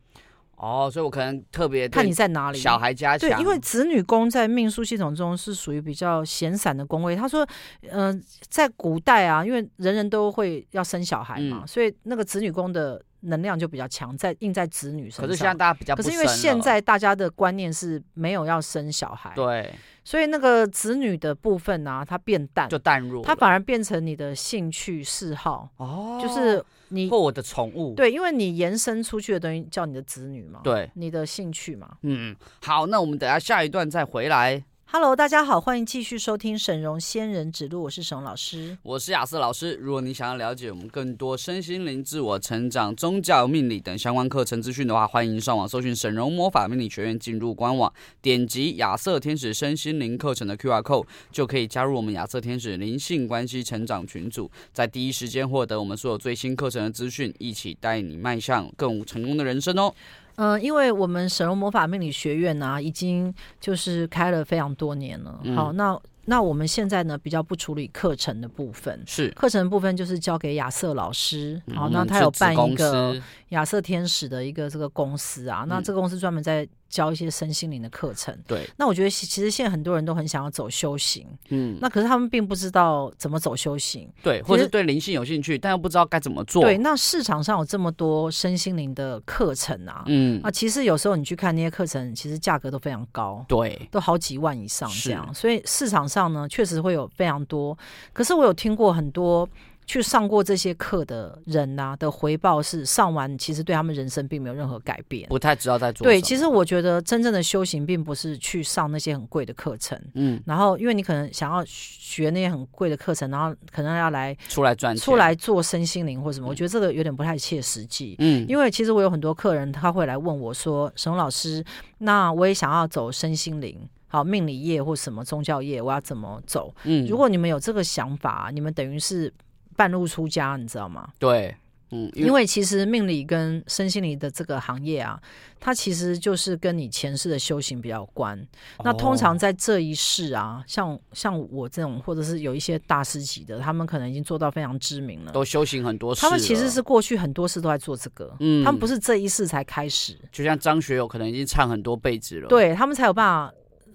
Speaker 3: 哦，所以我可能特别对
Speaker 2: 看你在哪里。
Speaker 3: 小孩加
Speaker 2: 对，
Speaker 3: 强，
Speaker 2: 因为子女宫在命数系统中是属于比较闲散的宫位。他说，嗯、在古代啊，因为人人都会要生小孩嘛，
Speaker 3: 嗯
Speaker 2: 所以那个子女宫的能量就比较强，在印在子女身
Speaker 3: 可是现在
Speaker 2: 上。
Speaker 3: 大家比较
Speaker 2: 可
Speaker 3: 不
Speaker 2: 是
Speaker 3: 生
Speaker 2: 因
Speaker 3: 了，
Speaker 2: 为现在大家的观念是没有要生小孩，
Speaker 3: 对
Speaker 2: 所以那个子女的部分啊，它变淡
Speaker 3: 就，淡入了，
Speaker 2: 它反而变成你的兴趣嗜好，
Speaker 3: 哦
Speaker 2: 就是你
Speaker 3: 或我的宠物，
Speaker 2: 对，因为你延伸出去的东西叫你的子女嘛，，
Speaker 3: 对
Speaker 2: 你的兴趣嘛，
Speaker 3: 嗯，好，那我们等下下一段再回来。
Speaker 2: Hello，大家好，欢迎继续收听沈荣仙人指路，我是沈荣老师。
Speaker 3: 我是亚瑟老师。如果你想要了解我们更多身心灵、自我成长、宗教、命理等相关课程资讯的话，欢迎上网搜寻“沈荣魔法命理学院”，进入官网，点击亚瑟天使身心灵课程的 Q R code，就可以加入我们亚瑟天使灵性关系成长群组，在第一时间获得我们所有最新课程的资讯，一起带你迈向更成功的人生哦。
Speaker 2: 嗯、因为我们沈荣魔法命理学院呢、已经就是开了非常多年了。
Speaker 3: 嗯
Speaker 2: 好，那那我们现在呢，比较不处理课程的部分。
Speaker 3: 是，
Speaker 2: 课程的部分就是交给亚瑟老师，好，
Speaker 3: 嗯
Speaker 2: 那
Speaker 3: 我们
Speaker 2: 他
Speaker 3: 是
Speaker 2: 有
Speaker 3: 子
Speaker 2: 办一
Speaker 3: 公
Speaker 2: 个
Speaker 3: 司
Speaker 2: 亚瑟天使的一个这个公司啊，那
Speaker 3: 嗯
Speaker 2: 这个公司专门在教一些身心灵的课程。
Speaker 3: 对，
Speaker 2: 那我觉得其其实现在很多人都很想要走修行，
Speaker 3: 嗯，
Speaker 2: 那可是他们并不知道怎么走修行，
Speaker 3: 对，或
Speaker 2: 其
Speaker 3: 是
Speaker 2: 实
Speaker 3: 对灵性有兴趣，但又不知道该怎么做。
Speaker 2: 对，，那市场上有这么多身心灵的课程啊，
Speaker 3: 嗯，
Speaker 2: 啊，其实有时候你去看那些课程，其实价格都非常高，
Speaker 3: 对，
Speaker 2: 都好几万以上
Speaker 3: 是
Speaker 2: 这样，所以市场上呢，确实会有非常多。可是我有听过很多去上过这些课的人呐、的回报是上完其实对他们人生并没有任何改变。
Speaker 3: 不太知道在做
Speaker 2: 对，
Speaker 3: 什么
Speaker 2: 其实我觉得真正的修行并不是去上那些很贵的课程，
Speaker 3: 嗯，
Speaker 2: 然后因为你可能想要学那些很贵的课程，然后可能要来
Speaker 3: 出来赚钱，
Speaker 2: 出，来做身心灵或什么，我觉得这个有点不太切实际。
Speaker 3: 嗯，
Speaker 2: 因为其实我有很多客人，他会来问我说：“沈荣老师，那我也想要走身心灵，好命理业或什么宗教业，我要怎么走？”
Speaker 3: 嗯
Speaker 2: 如果你们有这个想法，你们等于是半路出家，你知道吗？
Speaker 3: 对，嗯，因
Speaker 2: 因
Speaker 3: 为
Speaker 2: 为其实命理跟身心灵的这个行业啊，它其实就是跟你前世的修行比较有关。那通常
Speaker 3: 哦
Speaker 2: 在这一世啊，像像我这种，或者是有一些大师级的，他们可能已经做到非常知名了。
Speaker 3: 都修行很多事了，
Speaker 2: 他们其实是过去很多事都在做这个，
Speaker 3: 嗯
Speaker 2: 他们不是这一世才开始，
Speaker 3: 就像张学友可能已经唱很多辈子了，，
Speaker 2: 对他们才有办法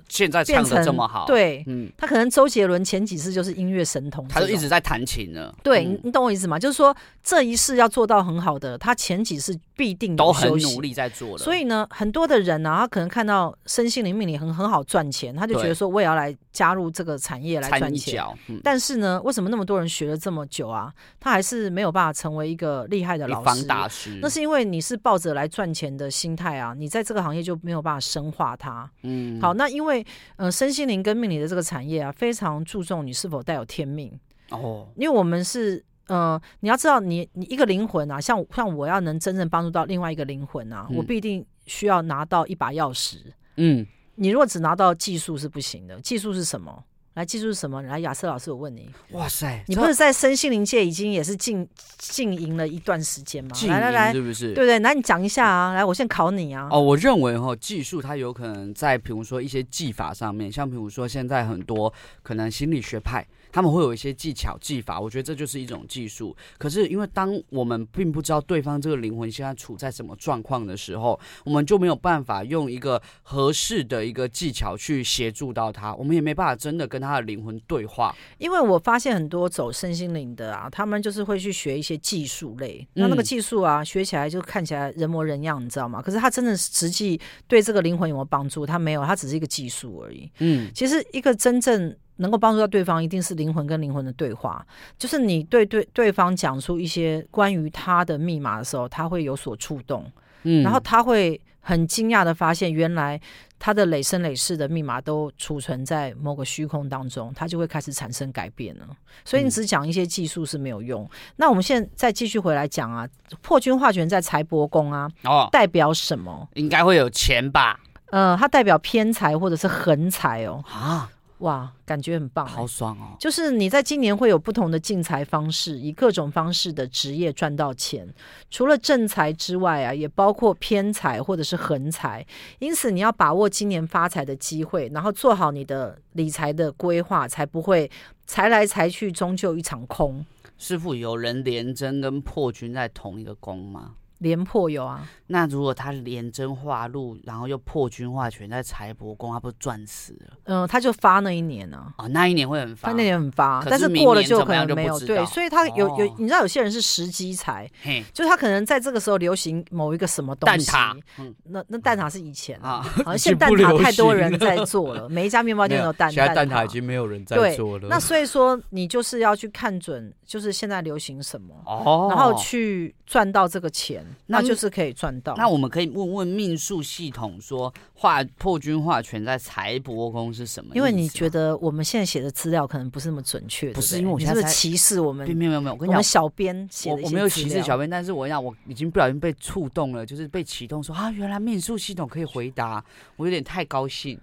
Speaker 3: 现在
Speaker 2: 变
Speaker 3: 哦唱
Speaker 2: 成
Speaker 3: 的这么好，，
Speaker 2: 对
Speaker 3: 嗯，
Speaker 2: 他可能周杰伦前几世就是音乐神童这
Speaker 3: 他
Speaker 2: 种，
Speaker 3: 就一直在弹琴了，
Speaker 2: 对、
Speaker 3: 嗯
Speaker 2: 你你懂我意思吗？就是说这一世要做到很好的，他前几世必定有
Speaker 3: 都很
Speaker 2: 休息
Speaker 3: 努。力在做的，
Speaker 2: 所以呢，很多的人呢、他可能看到身心灵命理很很好赚钱，他就觉得
Speaker 3: 对
Speaker 2: 说我也要来加入这个产业来
Speaker 3: 掺
Speaker 2: 赚
Speaker 3: 一
Speaker 2: 钱。
Speaker 3: 脚，嗯，
Speaker 2: 但是呢，为什么那么多人学了这么久啊，他还是没有办法成为一个厉害的
Speaker 3: 一
Speaker 2: 老
Speaker 3: 方
Speaker 2: 师？
Speaker 3: 大师，
Speaker 2: 那是因为你是抱着来赚钱的心态啊，你在这个行业就没有办法深化它。
Speaker 3: 嗯，
Speaker 2: 好，那因为呃，身心灵跟命理的这个产业啊，非常注重你是否带有天命，
Speaker 3: 哦，
Speaker 2: 因为我们是。呃，你要知道你，你一个灵魂啊，像像我要能真正帮助到另外一个灵魂啊，我
Speaker 3: 嗯
Speaker 2: 必定需要拿到一把钥匙。
Speaker 3: 嗯，
Speaker 2: 你如果只拿到技术是不行的，技术是什么？来，技术是什么？来，亚瑟老师，我问你，
Speaker 3: 哇塞，
Speaker 2: 你
Speaker 3: 这
Speaker 2: 不是在身心灵界已经也是经经营了一段时间吗？
Speaker 3: 静
Speaker 2: 来来来
Speaker 3: 音，是不是？
Speaker 2: 对不对？来，你讲一下啊！来，我现在考你啊！
Speaker 3: 哦，我认为哈、技术它有可能在，比如说一些技法上面，像比如说现在很多可能心理学派，他们会有一些技巧技法，我觉得这就是一种技术。可是因为当我们并不知道对方这个灵魂现在处在什么状况的时候，我们就没有办法用一个合适的一个技巧去协助到他，我们也没办法真的跟他的灵魂对话。
Speaker 2: 因为我发现很多走身心灵的啊，他们就是会去学一些技术类，那那个
Speaker 3: 嗯
Speaker 2: 技术啊，学起来就看起来人模人样，你知道吗？可是他真的是实际对这个灵魂有没有帮助？他没有，他只是一个技术而已。
Speaker 3: 嗯，
Speaker 2: 其实一个真正能够帮助到对方，一定是灵魂跟灵魂的对话，就是你对对对方讲出一些关于他的密码的时候，他会有所触动。
Speaker 3: 嗯
Speaker 2: 然后他会很惊讶的发现，原来他的累生累世的密码都储存在某个虚空当中，他就会开始产生改变了。所以你
Speaker 3: 嗯
Speaker 2: 只讲一些技术是没有用。那我们现在再继续回来讲啊，破军化权在财帛宫啊，
Speaker 3: 哦，
Speaker 2: 代表什么？
Speaker 3: 应该会有钱吧？
Speaker 2: 呃，它代表偏财或者是横财哦。
Speaker 3: 啊，
Speaker 2: 哇，感觉很棒欸、
Speaker 3: 好爽哦！
Speaker 2: 就是你在今年会有不同的进财方式，以各种方式的职业赚到钱。除了正财之外啊，也包括偏财或者是横财。因此，你要把握今年发财的机会，然后做好你的理财的规划，才不会财来财去，终究一场空。
Speaker 3: 师傅，有人连针跟破军在同一个宫吗？
Speaker 2: 廉颇有啊，
Speaker 3: 那如果他连针化禄，然后又破军化权，在财帛宫，他不是赚死了
Speaker 2: 嗯、他就发那一年啊。
Speaker 3: 啊、哦？那一年会很
Speaker 2: 他
Speaker 3: 烦。
Speaker 2: 那年很发，
Speaker 3: 可
Speaker 2: 但
Speaker 3: 是
Speaker 2: 是
Speaker 3: 明
Speaker 2: 过了
Speaker 3: 年
Speaker 2: 就
Speaker 3: 怎
Speaker 2: 可
Speaker 3: 么样
Speaker 2: 能
Speaker 3: 就
Speaker 2: 没
Speaker 3: 不
Speaker 2: 有
Speaker 3: 知
Speaker 2: 对，
Speaker 3: 道
Speaker 2: 所以他有有
Speaker 3: 哦，
Speaker 2: 你知道有些人是时机财， [LAUGHS]
Speaker 3: 嘿，
Speaker 2: 就是他可能在这个时候流行某一个什么东
Speaker 3: 蛋
Speaker 2: 西，
Speaker 3: 挞，嗯
Speaker 2: 那那蛋挞是以前啊，
Speaker 3: 啊， [LAUGHS]
Speaker 2: 好像
Speaker 3: 已
Speaker 2: 现
Speaker 3: 经
Speaker 2: 在蛋
Speaker 3: 不
Speaker 2: 挞
Speaker 3: 流
Speaker 2: 太多
Speaker 3: 行
Speaker 2: 人
Speaker 3: 了
Speaker 2: 在做了，每一家面包店都有蛋
Speaker 3: 现在蛋挞
Speaker 2: 挞
Speaker 3: 已。经没有人在
Speaker 2: 对
Speaker 3: 做了。
Speaker 2: 那所以说，你就是要去看准，就是现在流行什么，
Speaker 3: 哦，
Speaker 2: 然后去赚到这个钱，
Speaker 3: 那
Speaker 2: 那就是可以赚到。
Speaker 3: 那我们可以问问命数系统说，化破军化权在财帛宫是什么意思吗？啊
Speaker 2: 因为你觉得我们现在写的资料可能不是那么准确，
Speaker 3: 不是
Speaker 2: 对对
Speaker 3: 因为我
Speaker 2: 你
Speaker 3: 现
Speaker 2: 是
Speaker 3: 在
Speaker 2: 不是
Speaker 3: 在
Speaker 2: 歧视我们
Speaker 3: 并没有没有没有，我
Speaker 2: 我
Speaker 3: 跟你讲
Speaker 2: 们，小编写
Speaker 3: 我
Speaker 2: 的一
Speaker 3: 我
Speaker 2: 些
Speaker 3: 没有
Speaker 2: 资
Speaker 3: 歧视
Speaker 2: 料
Speaker 3: 小编，但是我讲我已经不小心被触动了，就是被启动说啊，原来命数系统可以回答，我有点太高兴。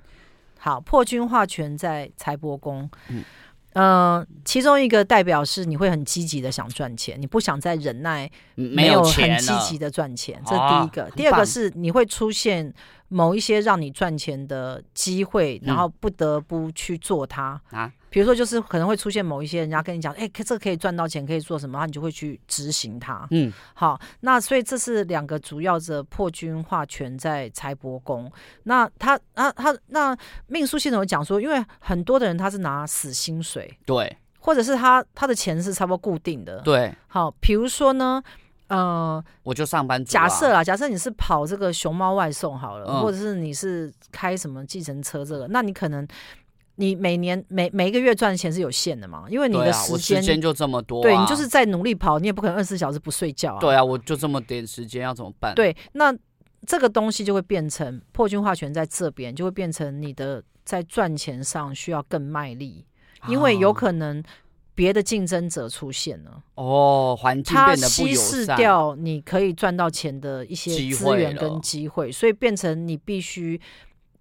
Speaker 2: 好，破军化权在财帛宫。
Speaker 3: 嗯
Speaker 2: 呃，其中一个代表是你会很积极的想赚钱，你不想再忍耐
Speaker 3: 嗯
Speaker 2: 没
Speaker 3: 有
Speaker 2: 很
Speaker 3: 钱
Speaker 2: 积
Speaker 3: 了，
Speaker 2: 极的赚钱，这是
Speaker 3: 啊
Speaker 2: 第一个。
Speaker 3: 很
Speaker 2: 第二个
Speaker 3: 棒
Speaker 2: 是你会出现某一些让你赚钱的机会，然
Speaker 3: 嗯
Speaker 2: 后不得不去做它。
Speaker 3: 啊，
Speaker 2: 比如说，就是可能会出现某一些人家跟你讲，哎、可这个可以赚到钱，可以做什么，然后你就会去执行它。
Speaker 3: 嗯，
Speaker 2: 好，那所以这是两个主要的破军化权在财帛宫。那他啊他那命数系统有讲说，因为很多的人他是拿死薪水，
Speaker 3: 对
Speaker 2: 或者是他他的钱是差不多固定的。，
Speaker 3: 对，
Speaker 2: 好，比如说呢，呃，
Speaker 3: 我就上班族
Speaker 2: 假
Speaker 3: 啊
Speaker 2: 设啦，假设你是跑这个熊猫外送好了，
Speaker 3: 嗯
Speaker 2: 或者是你是开什么计程车这个，那你可能你每年每每一个月赚的钱是有限的嘛，因为你
Speaker 3: 对
Speaker 2: 的
Speaker 3: 啊我
Speaker 2: 时
Speaker 3: 时
Speaker 2: 间。
Speaker 3: 间就这么多啊，
Speaker 2: 对你就是在努力跑，你也不可能二十四小时不睡觉啊。
Speaker 3: 对啊，啊我就这么点时间要怎么办？，
Speaker 2: 对，那这个东西就会变成破军化权在这边，就会变成你的在赚钱上需要更卖力，因为
Speaker 3: 啊
Speaker 2: 有可能别的竞争者出现了，
Speaker 3: 哦，环境
Speaker 2: 他
Speaker 3: 变得不
Speaker 2: 稀
Speaker 3: 友
Speaker 2: 释
Speaker 3: 善，
Speaker 2: 掉你可以赚到钱的一些
Speaker 3: 机
Speaker 2: 资
Speaker 3: 会
Speaker 2: 源跟
Speaker 3: 了
Speaker 2: 机会，所以变成你必须。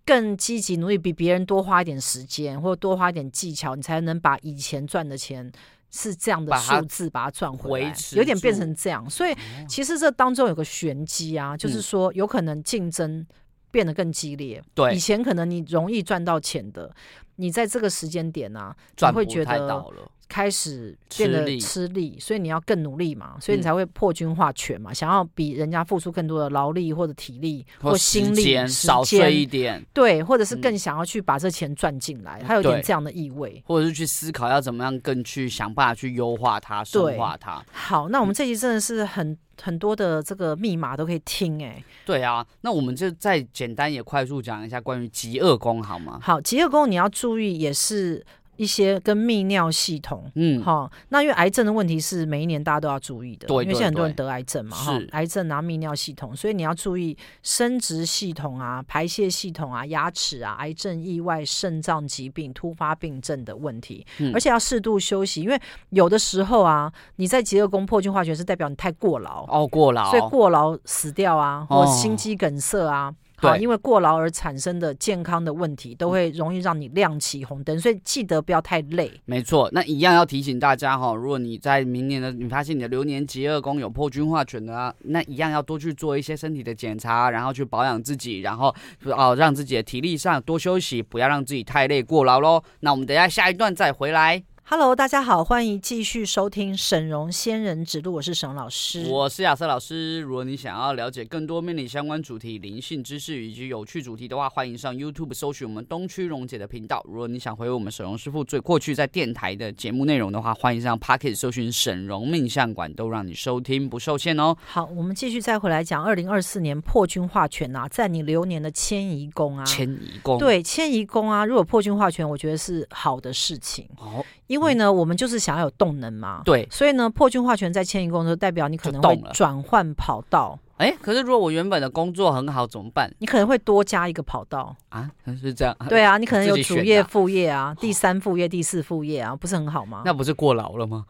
Speaker 2: 更积极努力，比别人多花一点时间，或者多花一点技巧，你才能把以前赚的钱是这样的
Speaker 3: 把它
Speaker 2: 数字把它赚回
Speaker 3: 维
Speaker 2: 来，
Speaker 3: 持
Speaker 2: 有点变
Speaker 3: 住
Speaker 2: 成这样。所以
Speaker 3: 哦
Speaker 2: 其实这当中有个玄机啊，就是
Speaker 3: 嗯
Speaker 2: 说有可能竞争变得更激烈。以
Speaker 3: 对，
Speaker 2: 前可能你容易赚到钱的，你在这个时间点啊，你
Speaker 3: 赚
Speaker 2: 会
Speaker 3: 不
Speaker 2: 觉
Speaker 3: 太
Speaker 2: 得
Speaker 3: 到了，
Speaker 2: 开始变
Speaker 3: 吃
Speaker 2: 得
Speaker 3: 力
Speaker 2: 吃力，所以你要更努力嘛，所以你
Speaker 3: 嗯
Speaker 2: 才会破军化权嘛，想要比人家付出更多的劳力或者体力
Speaker 3: 或时
Speaker 2: 心力、
Speaker 3: 间
Speaker 2: 时
Speaker 3: 少
Speaker 2: 间
Speaker 3: 睡一点，
Speaker 2: 对，或者是
Speaker 3: 嗯
Speaker 2: 更想要去把这钱赚进来，它有点
Speaker 3: 对
Speaker 2: 这样的意味。
Speaker 3: 或者是去思考要怎么样更去想办法去优化它、深
Speaker 2: 对
Speaker 3: 化它。
Speaker 2: 好，那我
Speaker 3: 嗯
Speaker 2: 们这集真的是很很多的这个密码都可以听哎、
Speaker 3: 对啊，那我们就再简单也快速讲一下关于极恶宫好吗？
Speaker 2: 好，极恶宫你要注意，也是一些跟泌尿系统。
Speaker 3: 嗯，
Speaker 2: 好、那因为癌症的问题是每一年大家都要注意的，
Speaker 3: 对
Speaker 2: 因为
Speaker 3: 对
Speaker 2: 现在很多人
Speaker 3: 对
Speaker 2: 得癌症嘛，哈
Speaker 3: 是，
Speaker 2: 癌症啊、泌尿系统，所以你要注意生殖系统啊、排泄系统啊、牙齿啊、癌症、意外、肾脏疾病、突发病症的问题，
Speaker 3: 嗯
Speaker 2: 而且要适度休息，因为有的时候啊，你在极恶宫破军化学是代表你太过劳，
Speaker 3: 哦，过劳，
Speaker 2: 所以过劳死掉啊，或
Speaker 3: 哦
Speaker 2: 心肌梗塞啊。啊，
Speaker 3: 对
Speaker 2: 因为过劳而产生的健康的问题，都会容易让你亮起红灯，所以记得不要太累。
Speaker 3: 没错，那一样要提醒大家哈、如果你在明年的你发现你的流年极恶宫有破军化权的、啊，那一样要多去做一些身体的检查，然后去保养自己，然后哦让自己的体力上多休息，不要让自己太累过劳喽。那我们等一下下一段再回来，
Speaker 2: Hello，大家好，欢迎继续收听沈荣仙人指路，我是沈老师。
Speaker 3: 我是亚瑟老师。如果你想要了解更多命理相关主题、灵性知识以及有趣主题的话，欢迎上 YouTube 搜寻我们东区荣姐的频道。如果你想回味我们沈荣师傅最过去在电台的节目内容的话，欢迎上 Pocket 搜寻沈荣命相馆，都让你收听不受限哦。
Speaker 2: 好，我们继续再回来讲二零二四年破军化权呐、在你流年的迁移宫啊，
Speaker 3: 迁移宫，，
Speaker 2: 对迁移宫啊，如果破军化权，我觉得是好的事情，
Speaker 3: 哦，
Speaker 2: 因为呢，我们就是想要有动能嘛。，
Speaker 3: 对，
Speaker 2: 所以呢，破军化权在迁移宫的时候，代表你可能
Speaker 3: 就
Speaker 2: 会
Speaker 3: 动了
Speaker 2: 转换跑道，
Speaker 3: 哎，可是如果我原本的工作很好，怎么办
Speaker 2: 你可能会多加一个跑道。
Speaker 3: 啊？是这样，
Speaker 2: 对啊，你可能有
Speaker 3: 自己
Speaker 2: 主
Speaker 3: 选的
Speaker 2: 业、
Speaker 3: 啊
Speaker 2: 副业啊，第三副业、第四副业啊，不嗯是很好吗？
Speaker 3: 那不是过劳了吗？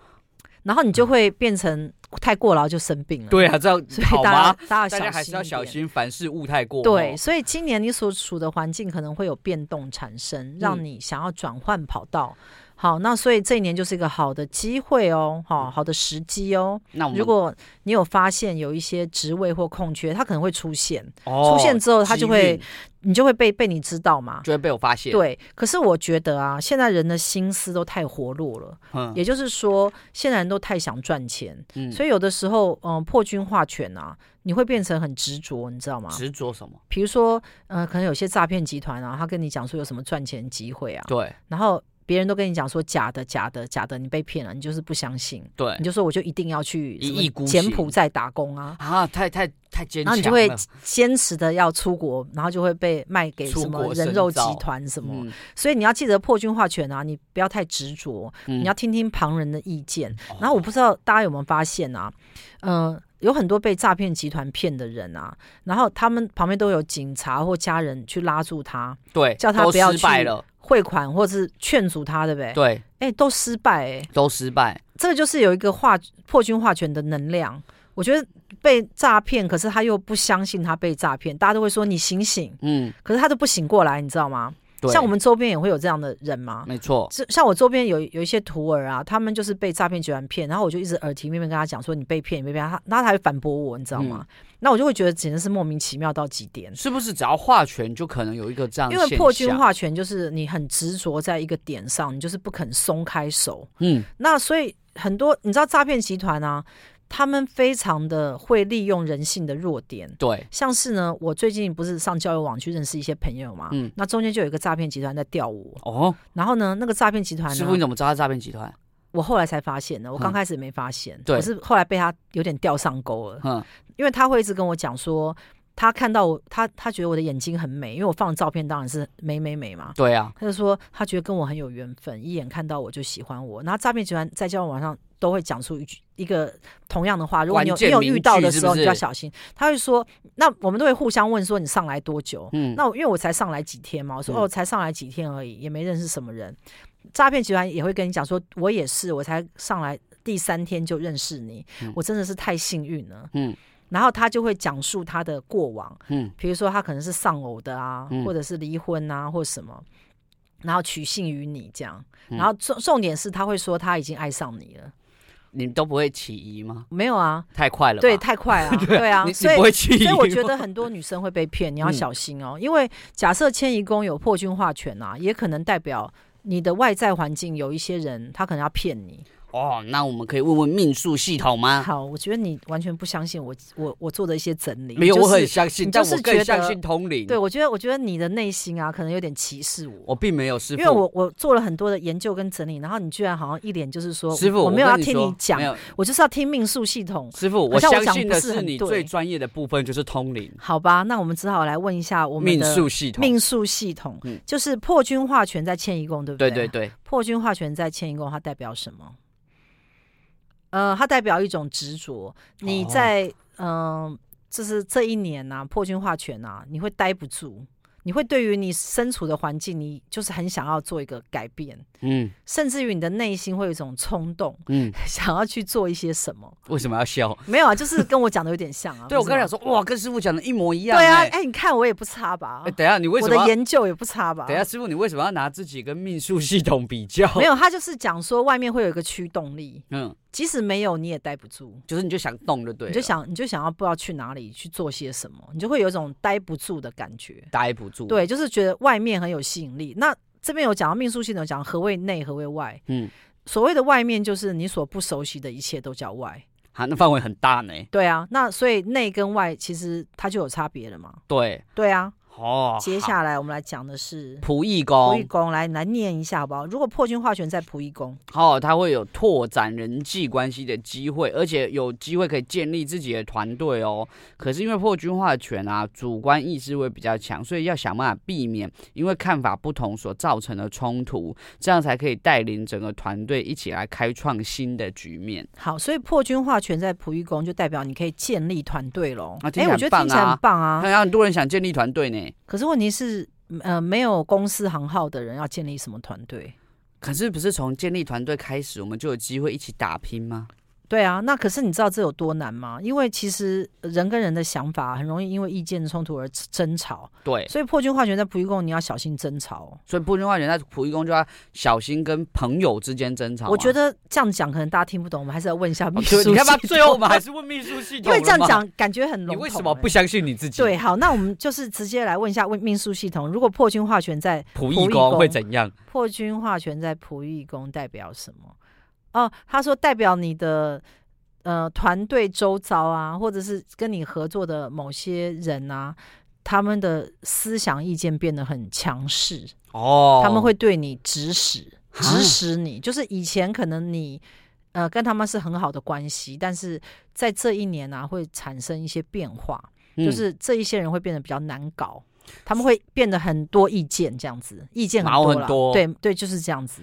Speaker 2: 然后你就会变成太过劳就生病了。，
Speaker 3: 对啊，这样
Speaker 2: 所以
Speaker 3: 好
Speaker 2: 大
Speaker 3: 吗？
Speaker 2: 家大家
Speaker 3: 大
Speaker 2: 要小
Speaker 3: 家还
Speaker 2: 心
Speaker 3: 是要
Speaker 2: 一
Speaker 3: 小
Speaker 2: 点。
Speaker 3: 心，凡事勿太过、哦。
Speaker 2: 对，所以今年你所处的环境可能会有变动产生，让
Speaker 3: 嗯
Speaker 2: 你想要转换跑道。好，那所以这一年就是一个好的机会哦，好好的时机哦。
Speaker 3: 嗯那我们
Speaker 2: 如果你有发现有一些职位或空缺，它可能会出现，
Speaker 3: 哦
Speaker 2: 出现之后它
Speaker 3: 机
Speaker 2: 就会
Speaker 3: 运
Speaker 2: 你就会被被你知道嘛。
Speaker 3: 就会被我发现。，
Speaker 2: 对，可是我觉得啊，现在人的心思都太活络了，
Speaker 3: 嗯
Speaker 2: 也就是说，现在人都太想赚钱，
Speaker 3: 嗯
Speaker 2: 所以有的时候，嗯、破军化权啊，你会变成很执着，你知道吗？
Speaker 3: 执着什么？
Speaker 2: 比如说，呃，可能有些诈骗集团啊，他跟你讲说有什么赚钱机会啊，
Speaker 3: 对
Speaker 2: 然后别人都跟你讲说假的、假的、假的，你被骗了，你就是不相信，
Speaker 3: 对
Speaker 2: 你就说我就一定要去
Speaker 3: 一
Speaker 2: 什么
Speaker 3: 意孤
Speaker 2: 柬
Speaker 3: 行
Speaker 2: 埔寨打工啊，
Speaker 3: 啊，太太太坚
Speaker 2: 然后
Speaker 3: 强
Speaker 2: 你就会
Speaker 3: 了
Speaker 2: 坚持的要出国，然后就会被卖给
Speaker 3: 出
Speaker 2: 什么
Speaker 3: 国
Speaker 2: 人
Speaker 3: 深
Speaker 2: 肉集
Speaker 3: 造
Speaker 2: 团什么，
Speaker 3: 嗯
Speaker 2: 所以你要记得破军化权啊，你不要太执着，
Speaker 3: 嗯
Speaker 2: 你要听听旁人的意见。
Speaker 3: 哦
Speaker 2: 然后我不知道大家有没有发现啊，嗯、有很多被诈骗集团骗的人啊，然后他们旁边都有警察或家人去拉住他，
Speaker 3: 对
Speaker 2: 叫他
Speaker 3: 都
Speaker 2: 不要
Speaker 3: 失败
Speaker 2: 去
Speaker 3: 了，
Speaker 2: 汇款或是劝阻他，对不对？
Speaker 3: 对，
Speaker 2: 哎，都失败哎、
Speaker 3: 都失败。
Speaker 2: 这个就是有一个化破军化权的能量。我觉得被诈骗，可是他又不相信他被诈骗，大家都会说你醒醒，
Speaker 3: 嗯，
Speaker 2: 可是他都不醒过来，你知道吗？
Speaker 3: 对，
Speaker 2: 像我们周边也会有这样的人吗？
Speaker 3: 没错，
Speaker 2: 这像我周边有有一些徒儿啊，他们就是被诈骗集团骗，然后我就一直耳提面命跟他讲说你被骗，你被骗，他那他还反驳我，你知道吗？
Speaker 3: 嗯
Speaker 2: 那我就会觉得简直是莫名其妙到极点。
Speaker 3: 是不是只要化权就可能有一个这样
Speaker 2: 嗯
Speaker 3: 的
Speaker 2: 因为
Speaker 3: 现
Speaker 2: 破军
Speaker 3: 象，
Speaker 2: 化权就是你很执着在一个点上，你就是不肯松开手。
Speaker 3: 嗯，
Speaker 2: 那所以很多你知道诈骗集团啊，他们非常的会利用人性的弱点。
Speaker 3: 对，
Speaker 2: 像是呢，我最近不是上交友网去认识一些朋友嘛，
Speaker 3: 嗯
Speaker 2: 那中间就有一个诈骗集团在钓我，
Speaker 3: 哦，
Speaker 2: 然后呢，那个诈骗集团呢，
Speaker 3: 师傅你怎么知道他诈骗集团？
Speaker 2: 我后来才发现的，我刚
Speaker 3: 嗯
Speaker 2: 开始没发现，
Speaker 3: 对
Speaker 2: 我是后来被他有点钓上钩了，
Speaker 3: 嗯，
Speaker 2: 因为他会一直跟我讲说，他看到我，他他觉得我的眼睛很美，因为我放的照片当然是美美美嘛。
Speaker 3: 对啊，
Speaker 2: 他就说他觉得跟我很有缘分，一眼看到我就喜欢我。然后诈骗集团在交友网上都会讲出一句一个同样的话，如果你有
Speaker 3: 关
Speaker 2: 你
Speaker 3: 键
Speaker 2: 有
Speaker 3: 名句
Speaker 2: 遇到的时候，
Speaker 3: 是不是
Speaker 2: 你就要小心。他会说，那我们都会互相问说你上来多久？
Speaker 3: 嗯，
Speaker 2: 那我因为我才上来几天嘛，我说、
Speaker 3: 嗯
Speaker 2: 哦，才上来几天而已，也没认识什么人。诈骗集团也会跟你讲说，我也是，我才上来第三天就认识你，
Speaker 3: 嗯
Speaker 2: 我真的是太幸运了。
Speaker 3: 嗯
Speaker 2: 然后他就会讲述他的过往，
Speaker 3: 嗯
Speaker 2: 比如说他可能是丧偶的啊，
Speaker 3: 嗯
Speaker 2: 或者是离婚啊，或什么，然后取信于你这样。
Speaker 3: 嗯
Speaker 2: 然后重重点是他会说他已经爱上你了，
Speaker 3: 你都不会起疑吗？
Speaker 2: 没有啊？
Speaker 3: 太快了吧，
Speaker 2: 对，太快
Speaker 3: [LAUGHS]
Speaker 2: 啊，对啊
Speaker 3: 你，
Speaker 2: 所
Speaker 3: 你
Speaker 2: 以
Speaker 3: 不会起疑
Speaker 2: 所
Speaker 3: 吗，
Speaker 2: 以
Speaker 3: [LAUGHS]
Speaker 2: 我觉得很多女生会被骗，你要
Speaker 3: 嗯
Speaker 2: 小心哦。因为假设迁移宫有破军化权啊，也可能代表你的外在环境有一些人他可能要骗你。
Speaker 3: 哦，那我们可以问问命数系统吗？
Speaker 2: 好，我觉得你完全不相信我，我我做的一些整理，
Speaker 3: 没有，
Speaker 2: 就是、
Speaker 3: 我很相信，
Speaker 2: 你
Speaker 3: 但
Speaker 2: 就是
Speaker 3: 我更
Speaker 2: 觉
Speaker 3: 相
Speaker 2: 得
Speaker 3: 信通灵。
Speaker 2: 对，我觉得我觉得你的内心啊，可能有点歧视我。
Speaker 3: 我并没有师
Speaker 2: 因
Speaker 3: 傅，
Speaker 2: 为我我做了很多的研究跟整理，然后你居然好像一脸就是说，
Speaker 3: 师傅
Speaker 2: 我没有要
Speaker 3: 跟你
Speaker 2: 听
Speaker 3: 说
Speaker 2: 你讲
Speaker 3: 没，有
Speaker 2: 我就是要听命数系统，
Speaker 3: 师傅，
Speaker 2: 好
Speaker 3: 我
Speaker 2: 像我
Speaker 3: 相
Speaker 2: 讲
Speaker 3: 信
Speaker 2: 不
Speaker 3: 的
Speaker 2: 是很
Speaker 3: 你
Speaker 2: 对
Speaker 3: 最专业的部分就是通灵、
Speaker 2: 好吧？那我们只好来问一下我们
Speaker 3: 命
Speaker 2: 的
Speaker 3: 数系统。
Speaker 2: 命数系统，
Speaker 3: 嗯
Speaker 2: 就是破军化权在迁移宫，对不
Speaker 3: 对
Speaker 2: 对
Speaker 3: 对啊对，
Speaker 2: 破军化权在迁移宫，它代表什么？呃，它代表一种执着。你
Speaker 3: 哦
Speaker 2: 啊在嗯、呃就是这一年呐、破军化权呐、你会待不住，你会对于你身处的环境，你就是很想要做一个改变，
Speaker 3: 嗯
Speaker 2: 甚至于你的内心会有一种冲动， [LAUGHS]
Speaker 3: 嗯，
Speaker 2: 想要去做一些什么。
Speaker 3: 为什么要笑？
Speaker 2: 没有啊，就是跟我讲的有点像啊。
Speaker 3: [LAUGHS] 对我
Speaker 2: 不是
Speaker 3: 刚才
Speaker 2: 吗
Speaker 3: 想说，哇，跟师傅讲的一模一样、
Speaker 2: 对啊，
Speaker 3: 哎、
Speaker 2: 哎、你看我也不差吧
Speaker 3: 哎，等一下你为什
Speaker 2: 我
Speaker 3: 么
Speaker 2: 的
Speaker 3: 要？
Speaker 2: 研究也不差吧？
Speaker 3: 等一下，师傅，你为什么要拿自己跟命数系统比较？
Speaker 2: 没，有，他就是讲说外面会有一个驱动力，
Speaker 3: 嗯，
Speaker 2: 即使没有你也待不住，
Speaker 3: 就是你就想动就对了，
Speaker 2: 你就想你就想要不知道去哪里去做些什么，你就会有一种待不住的感觉。
Speaker 3: 待不住。，
Speaker 2: 对，就是觉得外面很有吸引力。那这边有讲到命数系统，讲何谓内，何谓外。
Speaker 3: 嗯，
Speaker 2: 所谓的外面就是你所不熟悉的一切都叫外。
Speaker 3: 好，那范围很大呢。
Speaker 2: 对啊，那所以内跟外其实它就有差别了嘛。
Speaker 3: 对，
Speaker 2: 对啊，
Speaker 3: 哦，
Speaker 2: 接
Speaker 3: 好哦
Speaker 2: 下来我们来讲的是
Speaker 3: 仆役
Speaker 2: 仆役
Speaker 3: 宫，
Speaker 2: 宫，来你来念一下好不好？如果破军化权在仆役宫，
Speaker 3: 哦，他会有拓展人际关系的机会，而且有机会可以建立自己的团队哦。可是因为破军化权啊，主观意识会比较强，所以要想办法避免因为看法不同所造成的冲突，这样才可以带领整个团队一起来开创新的局面。
Speaker 2: 好，所以破军化权在仆役宫就代表你可以建立团队喽。
Speaker 3: 啊
Speaker 2: 哎、
Speaker 3: 听起来
Speaker 2: 我觉得听起来
Speaker 3: 很
Speaker 2: 很棒啊。
Speaker 3: 看来很多人想建立团队呢，
Speaker 2: 可是问题是，呃，没有公司行号的人要建立什么团队？
Speaker 3: 可是不是从建立团队开始，我们就有机会一起打拼吗？
Speaker 2: 对啊，那可是你知道这有多难吗？因为其实人跟人的想法很容易因为意见冲突而争吵，
Speaker 3: 对，
Speaker 2: 所以破军化权在仆役宫你要小心争吵哦。
Speaker 3: 所以破军化权在溥仪宫就要小心跟朋友之间争吵吗。
Speaker 2: 我觉得这样讲可能大家听不懂，我们还是要问一下秘
Speaker 3: 啊哦，
Speaker 2: 书
Speaker 3: 对
Speaker 2: 系统。
Speaker 3: 你看吧，最后我们还是问秘书系
Speaker 2: 因
Speaker 3: 统了
Speaker 2: 为
Speaker 3: 嘛。
Speaker 2: 这样讲感觉很笼
Speaker 3: 你
Speaker 2: 统、
Speaker 3: 为什么
Speaker 2: 哎
Speaker 3: 不相信你自己？
Speaker 2: 对，，好，那我们就是直接来问一下问命数系统，如果破军化权在溥
Speaker 3: 溥仪
Speaker 2: 仪
Speaker 3: 宫
Speaker 2: 宫
Speaker 3: 会怎样？
Speaker 2: 破军化权在仆役宫代表什么？哦，他说代表你的呃团队周遭啊，或者是跟你合作的某些人啊，他们的思想意见变得很强势，
Speaker 3: 哦，
Speaker 2: 他们会对你指使，
Speaker 3: 啊
Speaker 2: 指使你，就是以前可能你。呃，跟他们是很好的关系，但是在这一年啊，会产生一些变化。
Speaker 3: 嗯
Speaker 2: 就是这一些人会变得比较难搞，他们会变得很多意见这样子，意见
Speaker 3: 毛
Speaker 2: 多
Speaker 3: 很
Speaker 2: 啦
Speaker 3: 多
Speaker 2: 对对，就是这样子。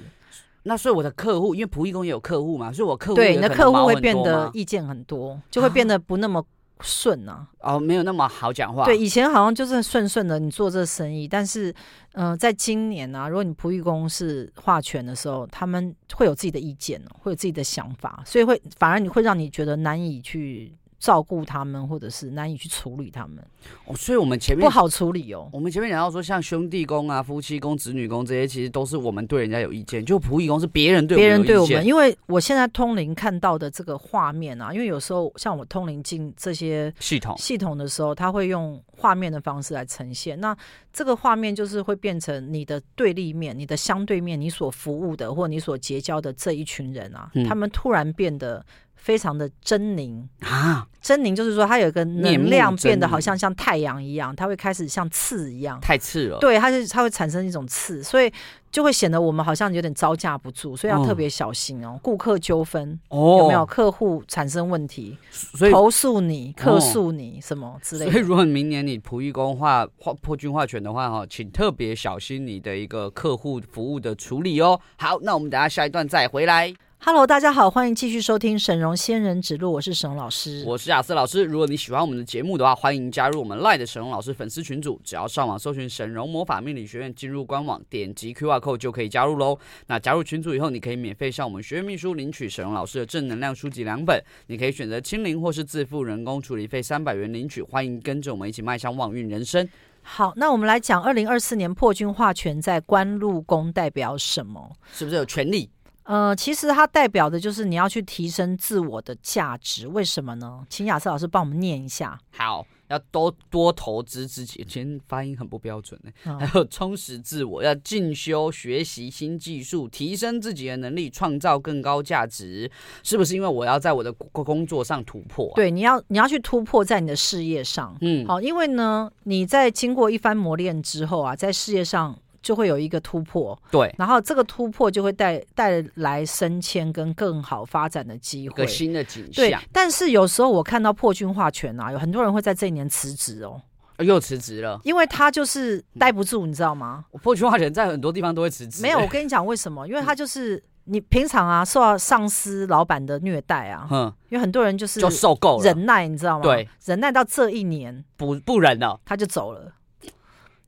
Speaker 3: 那所以我的客户，因为溥仪宫也有客户嘛，所以我客户
Speaker 2: 对，
Speaker 3: 也
Speaker 2: 你的
Speaker 3: 可能
Speaker 2: 客户
Speaker 3: 毛
Speaker 2: 会
Speaker 3: 很
Speaker 2: 变
Speaker 3: 多
Speaker 2: 得
Speaker 3: 吗啊
Speaker 2: 意见很多，就会变得不那么顺啊。
Speaker 3: 哦没有那么好讲话。
Speaker 2: 对，，以前好像就是顺顺的，你做这生意，但是，呃，在今年啊，如果你仆役宫是化权的时候，他们会有自己的意见哦，会有自己的想法，所以会反而你会让你觉得难以去照顾他们，或者是难以去处理他们，
Speaker 3: 哦所以我们前面
Speaker 2: 不好处理哦。
Speaker 3: 我们前面讲到说，像兄弟宫啊、夫妻宫、子女宫这些，其实都是我们对人家有意见。就仆役宫是别人对
Speaker 2: 别
Speaker 3: 有
Speaker 2: 人对我
Speaker 3: 意见
Speaker 2: 们，因为我现在通灵看到的这个画面啊，因为有时候像我通灵进这些
Speaker 3: 系统
Speaker 2: 系统的时候，它会用画面的方式来呈现。那这个画面就是会变成你的对立面、你的相对面、你所服务的或你所结交的这一群人啊，
Speaker 3: 嗯
Speaker 2: 他们突然变得非常的狰狞。
Speaker 3: 啊，
Speaker 2: 狰狞就是说，它有一个
Speaker 3: 面目
Speaker 2: 能量变得
Speaker 3: 狰狞
Speaker 2: 好像像太阳一样，它会开始像刺一样。
Speaker 3: 太刺了。
Speaker 2: 对，它是它会产生一种刺，所以就会显得我们好像有点招架不住，所以要特
Speaker 3: 嗯
Speaker 2: 别小心哦。顾客纠纷
Speaker 3: 哦，
Speaker 2: 有没有？客户产生问题，
Speaker 3: 所以
Speaker 2: 投诉你、客
Speaker 3: 哦
Speaker 2: 诉你什么之
Speaker 3: 所
Speaker 2: 类
Speaker 3: 以
Speaker 2: 的。
Speaker 3: 如果明年你仆役宫化化破军化权的话哈，请特别小心你的一个客户服务的处理哦。好，那我们等下下一段再回来。
Speaker 2: Hello，大家好，欢迎继续收听沈荣仙人指路，我是沈荣老师。
Speaker 3: 我是亚瑟老师。如果你喜欢我们的节目的话，欢迎加入我们赖的沈荣老师粉丝群组，只要上网搜寻“沈荣魔法命理学院”，进入官网点击 Q R code 就可以加入喽。那加入群组以后，你可以免费向我们学院秘书领取沈荣老师的正能量书籍两本，你可以选择清零或是自付人工处理费三百元领取。欢迎跟着我们一起迈向旺运人生。
Speaker 2: 好，那我们来讲二零二四年破军化权在官禄宫代表什么？
Speaker 3: 是不是有权利？
Speaker 2: 呃，其实它代表的就是你要去提升自我的价值，为什么呢？请雅思老师帮我们念一下。
Speaker 3: 好，要多多投资自己。今天发音很不标准呢、
Speaker 2: 嗯
Speaker 3: 还有充实自我，要进修、学习新技术，提升自己的能力，创造更高价值。是不是因为我要在我的工工作上突破、，啊
Speaker 2: 对，你要你要去突破在你的事业上。
Speaker 3: 嗯，
Speaker 2: 好，因为呢，你在经过一番磨练之后啊，在事业上就会有一个突破，
Speaker 3: 对，
Speaker 2: 然后这个突破就会带带来升迁跟更好发展的机
Speaker 3: 一
Speaker 2: 会
Speaker 3: 个。新的景
Speaker 2: 对
Speaker 3: 象，，
Speaker 2: 但是有时候我看到破军化权啊，有很多人会在这一年辞职哦，
Speaker 3: 呃又辞职了。
Speaker 2: 因为他就是待不住，你知道吗？
Speaker 3: 我破军化人在很多地方都嗯会辞职、欸嗯
Speaker 2: 没有，我，跟你讲为什么？因为他就是你平常啊受到上司、老板的虐待啊，
Speaker 3: 嗯，
Speaker 2: 因为很多人就是
Speaker 3: 就受够了，
Speaker 2: 忍耐，你知道吗？
Speaker 3: 对，
Speaker 2: 忍耐到这一年
Speaker 3: 不不忍了。
Speaker 2: 他就走了。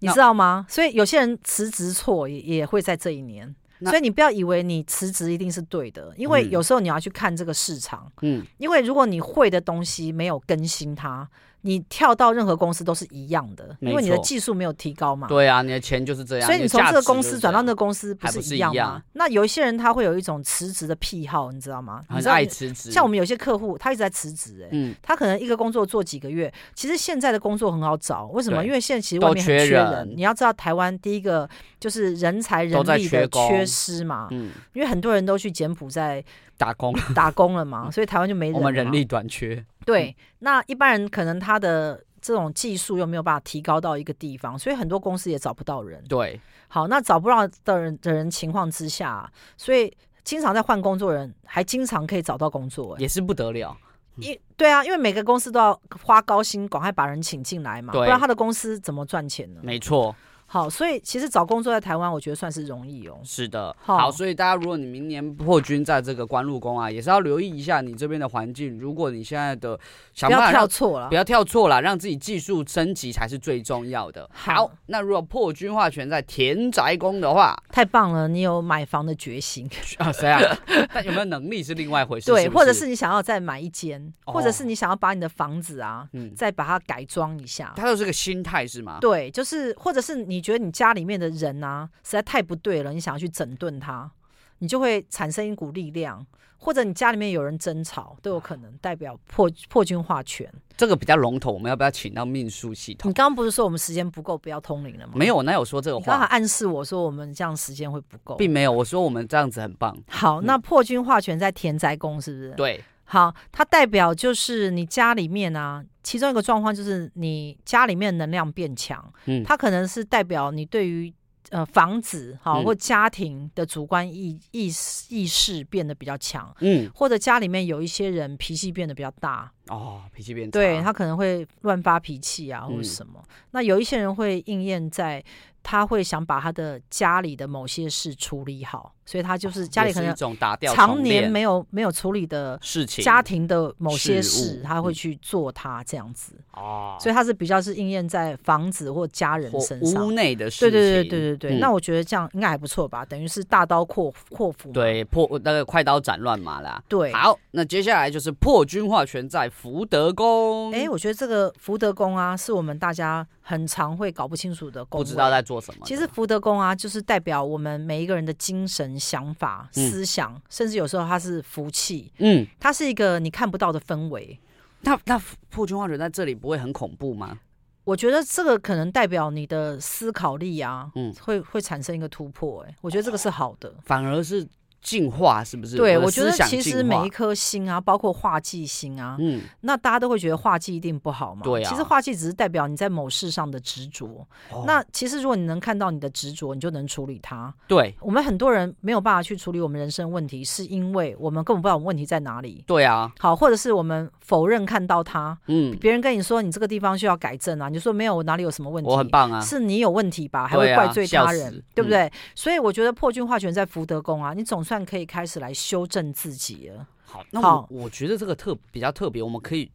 Speaker 2: 你
Speaker 3: 那
Speaker 2: 知道吗？所以有些人辞职错也也会在这一年。
Speaker 3: 那
Speaker 2: 所以你不要以为你辞职一定是对的，因为
Speaker 3: 嗯
Speaker 2: 有时候你要去看这个市场。
Speaker 3: 嗯，
Speaker 2: 因为如果你会的东西没有更新它，你跳到任何公司都是一样的，
Speaker 3: 没
Speaker 2: 因为你的
Speaker 3: 错
Speaker 2: 技术没有提高嘛。
Speaker 3: 对啊，你的钱就是这样，
Speaker 2: 所以
Speaker 3: 你
Speaker 2: 你
Speaker 3: 的
Speaker 2: 从
Speaker 3: 价
Speaker 2: 这个
Speaker 3: 值
Speaker 2: 公
Speaker 3: 就是
Speaker 2: 司
Speaker 3: 这
Speaker 2: 转到
Speaker 3: 样
Speaker 2: 那个公司，
Speaker 3: 还不是
Speaker 2: 一
Speaker 3: 一
Speaker 2: 样吗
Speaker 3: 样？
Speaker 2: 那有一些人他会有一种辞职的癖好，你知道吗？你
Speaker 3: 很
Speaker 2: 知道
Speaker 3: 爱
Speaker 2: 你，
Speaker 3: 辞职，
Speaker 2: 像我们有些客户，他一直在辞职、哎、
Speaker 3: 嗯
Speaker 2: 他可能一个工作做几个月。其实现在的工作很好找，为什么？
Speaker 3: 对
Speaker 2: 因为现在其实
Speaker 3: 都
Speaker 2: 外面很
Speaker 3: 缺
Speaker 2: 缺
Speaker 3: 人
Speaker 2: 你要知道，台湾第一个就是人才人
Speaker 3: 都在
Speaker 2: 力
Speaker 3: 缺
Speaker 2: 的
Speaker 3: 工
Speaker 2: 缺失嘛，
Speaker 3: 嗯
Speaker 2: 因为很多人都去柬埔寨
Speaker 3: 打工，
Speaker 2: 打工了嘛，所以台湾就没人了啊
Speaker 3: 嗯我
Speaker 2: 嘛。
Speaker 3: 们人力嗯短缺，
Speaker 2: 对，那一般人可能他的这种技术又没有办法提高到一个地方，所以很多公司也找不到人。
Speaker 3: 对，
Speaker 2: 好，那找不到的人的人情况之下，所以经常在换工作的人，还经常可以找到工作、欸。
Speaker 3: 也是不得了，
Speaker 2: 因对啊，因为每个公司都要花高薪，赶快把人请进来嘛，不
Speaker 3: 对
Speaker 2: 然他的公司怎么赚钱呢？
Speaker 3: 没错，
Speaker 2: 好，所以其实找工作在台湾，我觉得算是容易哦。
Speaker 3: 是的。
Speaker 2: 好
Speaker 3: 好，所以大家如果你明年破军在这个官路宫啊，也是要留意一下你这边的环境。如果你现在的想
Speaker 2: 不
Speaker 3: 办
Speaker 2: 要
Speaker 3: 法
Speaker 2: 跳
Speaker 3: 让
Speaker 2: 错了
Speaker 3: 不。要跳错了，让自己技术升级才是最重要的。好
Speaker 2: 好，
Speaker 3: 那如果破军化权在田宅宫的话，
Speaker 2: 太棒了，你有买房的决心。
Speaker 3: 啊，谁啊？ [LAUGHS] 但有没有能力是另外一回事。
Speaker 2: 对，
Speaker 3: 是不
Speaker 2: 或者是你想要再买一间，或者
Speaker 3: 哦
Speaker 2: 是你想要把你的房子啊，
Speaker 3: 嗯，
Speaker 2: 再把它改装一下。
Speaker 3: 他就是个心态是吗？
Speaker 2: 对，就是或者是你觉得你家里面的人啊实在太不对了，你想要去整顿他，你就会产生一股力量，或者你家里面有人争吵都有可能，代表破破军化权。
Speaker 3: 这个比较笼统，我们要不要请到命数系
Speaker 2: 你
Speaker 3: 统？
Speaker 2: 刚刚不是说我们时间不够，不要通灵了吗？
Speaker 3: 没，有，我哪有说这个
Speaker 2: 你刚才
Speaker 3: 话，
Speaker 2: 暗示我说我们这样时间会不够。
Speaker 3: 并没有。我说我们这样子很棒。
Speaker 2: 好，那破军化权在田宅宫是不是？
Speaker 3: 对，
Speaker 2: 好，它代表就是你家里面啊，其中一个状况就是你家里面能量变强，
Speaker 3: 嗯
Speaker 2: 它可能是代表你对于呃房子好、
Speaker 3: 嗯
Speaker 2: 或家庭的主观意意识意识变得比较强，
Speaker 3: 嗯，
Speaker 2: 或者家里面有一些人脾气变得比较大，
Speaker 3: 哦，脾气变差。
Speaker 2: 对他可能会乱发脾气啊，或者
Speaker 3: 嗯
Speaker 2: 什么。那有一些人会应验在他会想把他的家里的某些事处理好，所以他就是家里
Speaker 3: 哦也
Speaker 2: 可
Speaker 3: 是
Speaker 2: 能
Speaker 3: 一种打掉
Speaker 2: 常
Speaker 3: 重
Speaker 2: 年
Speaker 3: 练
Speaker 2: 没有没有处理的。
Speaker 3: 事情
Speaker 2: 家庭的某些
Speaker 3: 事
Speaker 2: 事，
Speaker 3: 物
Speaker 2: 他会
Speaker 3: 嗯
Speaker 2: 去做它这样子，
Speaker 3: 哦，
Speaker 2: 所以他是比较是应验在房子或家人
Speaker 3: 或
Speaker 2: 身上
Speaker 3: 屋。内的事
Speaker 2: 对
Speaker 3: 情。
Speaker 2: 对对对对对，
Speaker 3: 嗯
Speaker 2: 那我觉得这样应该还不错吧，等于是大刀阔阔斧嘛。
Speaker 3: 对破那个快刀斩乱麻啦。
Speaker 2: 对，
Speaker 3: 好，那接下来就是破军化权在福德宫。
Speaker 2: 哎，我觉得这个福德宫啊，是我们大家很常会搞不清楚的宫
Speaker 3: 不
Speaker 2: 位。
Speaker 3: 知道在做什么。
Speaker 2: 其实福德宫啊，就是代表我们每一个人的精神、想法、
Speaker 3: 嗯
Speaker 2: 思想，甚至有时候它是福气，
Speaker 3: 嗯，
Speaker 2: 它是一个你看不到的氛围。
Speaker 3: 那那破军化权在这里不会很恐怖吗？
Speaker 2: 我觉得这个可能代表你的思考力啊，
Speaker 3: 嗯
Speaker 2: 会会产生一个突破、哎，我觉得这个是好的。
Speaker 3: 反而是进化，是不是？
Speaker 2: 对，我
Speaker 3: 我的
Speaker 2: 觉
Speaker 3: 思
Speaker 2: 得
Speaker 3: 想
Speaker 2: 其实
Speaker 3: 进化
Speaker 2: 每一颗星啊，包括化忌星啊，
Speaker 3: 嗯，
Speaker 2: 那大家都会觉得化忌一定不好嘛。
Speaker 3: 对啊
Speaker 2: 其实化忌只是代表你在某事上的执着。
Speaker 3: 哦
Speaker 2: 那其实如果你能看到你的执着，你就能处理它。
Speaker 3: 对
Speaker 2: 我们很多人没有办法去处理我们人生问题，是因为我们根本不知道我们问题在哪里。
Speaker 3: 对啊，
Speaker 2: 好，或者是我们否认看到它，
Speaker 3: 嗯，
Speaker 2: 别人跟你说你这个地方需要改正啊，你就说没有，我哪里有什么问题？
Speaker 3: 我很棒啊，
Speaker 2: 是你有问题吧，还
Speaker 3: 对
Speaker 2: 会
Speaker 3: 啊
Speaker 2: 怪罪
Speaker 3: 笑
Speaker 2: 他
Speaker 3: 死嗯
Speaker 2: 人，对不对？所以我觉得破军化权在福德宫啊，你总算可以开始来修正自己了。
Speaker 3: 好，那我
Speaker 2: 好
Speaker 3: 我觉得这个特比较特别，我们可以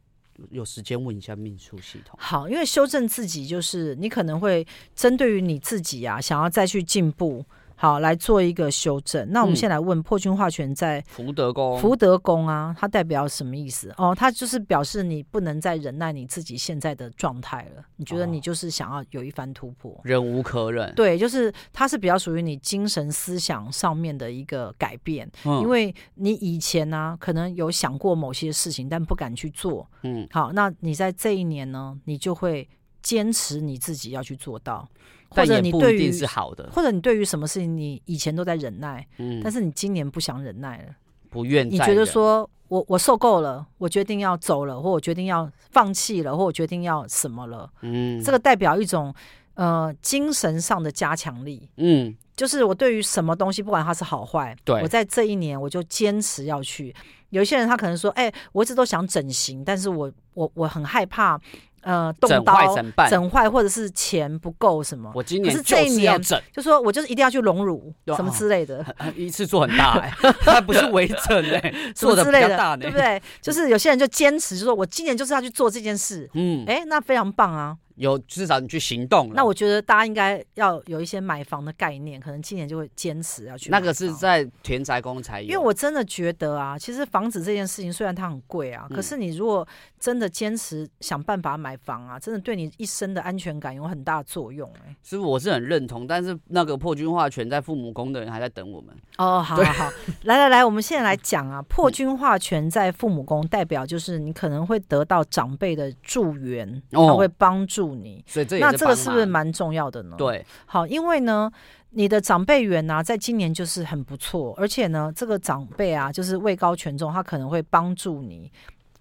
Speaker 3: 有时间问一下命数系统。
Speaker 2: 好，因为修正自己就是你可能会针对于你自己啊，想要再去进步，好来做一个修正。那我们
Speaker 3: 嗯
Speaker 2: 先来问破军化权在
Speaker 3: 福德宫，
Speaker 2: 福德宫啊，它代表什么意思？哦，它就是表示你不能再忍耐你自己现在的状态了，你觉得
Speaker 3: 哦
Speaker 2: 你就是想要有一番突破。
Speaker 3: 忍无可忍，
Speaker 2: 对，就是它是比较属于你精神思想上面的一个改变，
Speaker 3: 嗯
Speaker 2: 因为你以前呢、可能有想过某些事情，但不敢去做。
Speaker 3: 嗯，
Speaker 2: 好，那你在这一年呢，你就会坚持你自己要去做到，或
Speaker 3: 但
Speaker 2: 者
Speaker 3: 也
Speaker 2: 你
Speaker 3: 不
Speaker 2: 对
Speaker 3: 一
Speaker 2: 于
Speaker 3: 定是好的，
Speaker 2: 或者你对于什么事情你以前都在忍耐，
Speaker 3: 嗯，
Speaker 2: 但是你今年不想忍耐了，
Speaker 3: 不愿
Speaker 2: 你
Speaker 3: 再
Speaker 2: 觉得
Speaker 3: 忍
Speaker 2: 说我我受够了，我决定要走了，或我决定要放弃了，或我决定要什么了，
Speaker 3: 嗯
Speaker 2: 这个代表一种呃精神上的加强力。
Speaker 3: 嗯
Speaker 2: 就是我对于什么东西，不管它是好坏，
Speaker 3: 对
Speaker 2: 我在这一年我就坚持要去。有一些人他可能说，哎、我一直都想整形，但是我我我很害怕，呃，动
Speaker 3: 整坏
Speaker 2: 刀
Speaker 3: 整办，
Speaker 2: 整坏或者是钱不够什么，
Speaker 3: 我今
Speaker 2: 可
Speaker 3: 年
Speaker 2: 是
Speaker 3: 就
Speaker 2: 这一
Speaker 3: 是要
Speaker 2: 年
Speaker 3: 整， [LAUGHS]
Speaker 2: 就说我就是一定要去隆乳
Speaker 3: 对啊
Speaker 2: 什么之类的，
Speaker 3: 一次做很大，哎， [LAUGHS] 它不是微整哎，
Speaker 2: [LAUGHS] 什么
Speaker 3: 做的
Speaker 2: 之
Speaker 3: 比
Speaker 2: 类
Speaker 3: 较
Speaker 2: 的
Speaker 3: 大，
Speaker 2: 对
Speaker 3: 呢 [LAUGHS]
Speaker 2: 不，对？就是有些人就坚持，就说我今年就是要去做这件事，
Speaker 3: 嗯，
Speaker 2: 哎、那非常棒啊！
Speaker 3: 有至少你去行动了。
Speaker 2: 那我觉得大家应该要有一些买房的概念，可能今年就会坚持要去。
Speaker 3: 那个是，在田宅宫才有，
Speaker 2: 因为我真的觉得啊，其实房子这件事情虽然它很贵啊，
Speaker 3: 嗯
Speaker 2: 可是你如果真的坚持想办法买房啊，真的对你一生的安全感有很大的作用、欸。
Speaker 3: 是我是很认同，但是那个破军化权在父母宫的人还在等我们。
Speaker 2: 哦，好好好，来来来，我们现在
Speaker 3: 嗯
Speaker 2: 来讲啊，破军化权在父母宫代表就是你可能会得到长辈的助缘，
Speaker 3: 哦
Speaker 2: 他会帮助你。
Speaker 3: 所以这也
Speaker 2: 那这个
Speaker 3: 帮
Speaker 2: 是不是
Speaker 3: 忙
Speaker 2: 蛮重要的呢？，
Speaker 3: 对？
Speaker 2: 好，因为呢，你的长辈缘啊，在今年就是很不错，而且呢，这个长辈啊，就是位高权重，他可能会帮助你，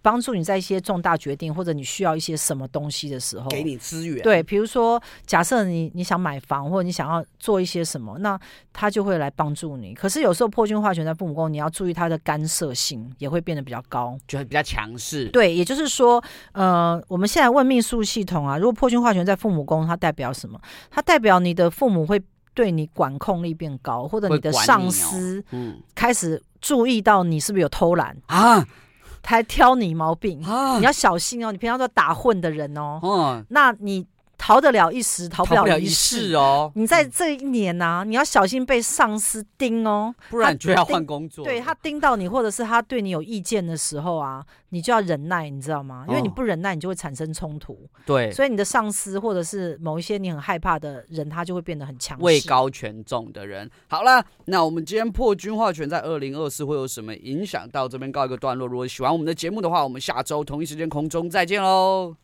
Speaker 2: 帮助你在一些重大决定或者你需要一些什么东西的时候，
Speaker 3: 给你资源，
Speaker 2: 对，比如说，假设你你想买房，或者你想要做一些什么，那他就会来帮助你。可是有时候破军化权在父母宫，你要注意他的干涉性也会变得比较高。
Speaker 3: 就比较强势。
Speaker 2: 对，也就是说，呃，我们现在问命数系统啊，如果破军化权在父母宫，它代表什么？它代表你的父母会对你管控力变高，或者
Speaker 3: 会
Speaker 2: 你的
Speaker 3: 管你
Speaker 2: 上
Speaker 3: 哦
Speaker 2: 司
Speaker 3: 嗯
Speaker 2: 开始注意到你是不是有偷懒，
Speaker 3: 啊
Speaker 2: 他还挑你毛病，
Speaker 3: 啊
Speaker 2: 你，要小心哦。你平常都打混的人哦，
Speaker 3: 嗯，
Speaker 2: 那你逃得了一时，逃
Speaker 3: 逃
Speaker 2: 不
Speaker 3: 不
Speaker 2: 了
Speaker 3: 了一
Speaker 2: 世
Speaker 3: 世。哦。
Speaker 2: 你在这一年呐、你要小心被上司盯哦。
Speaker 3: 不然你就要
Speaker 2: 他
Speaker 3: 换工作了。
Speaker 2: 对他盯到你，或者是他对你有意见的时候啊，你就要忍耐，你知道吗？因为你
Speaker 3: 哦
Speaker 2: 不忍耐，你就会产生冲突，
Speaker 3: 对
Speaker 2: 所以你的上司或者是某一些你很害怕的人，他就会变得很强势。
Speaker 3: 位高权重的人。好了，那我们今天破军化权在二零二四会有什么影响？到这边告一个段落。如果喜欢我们的节目的话，我们下周同一时间空中再见喽。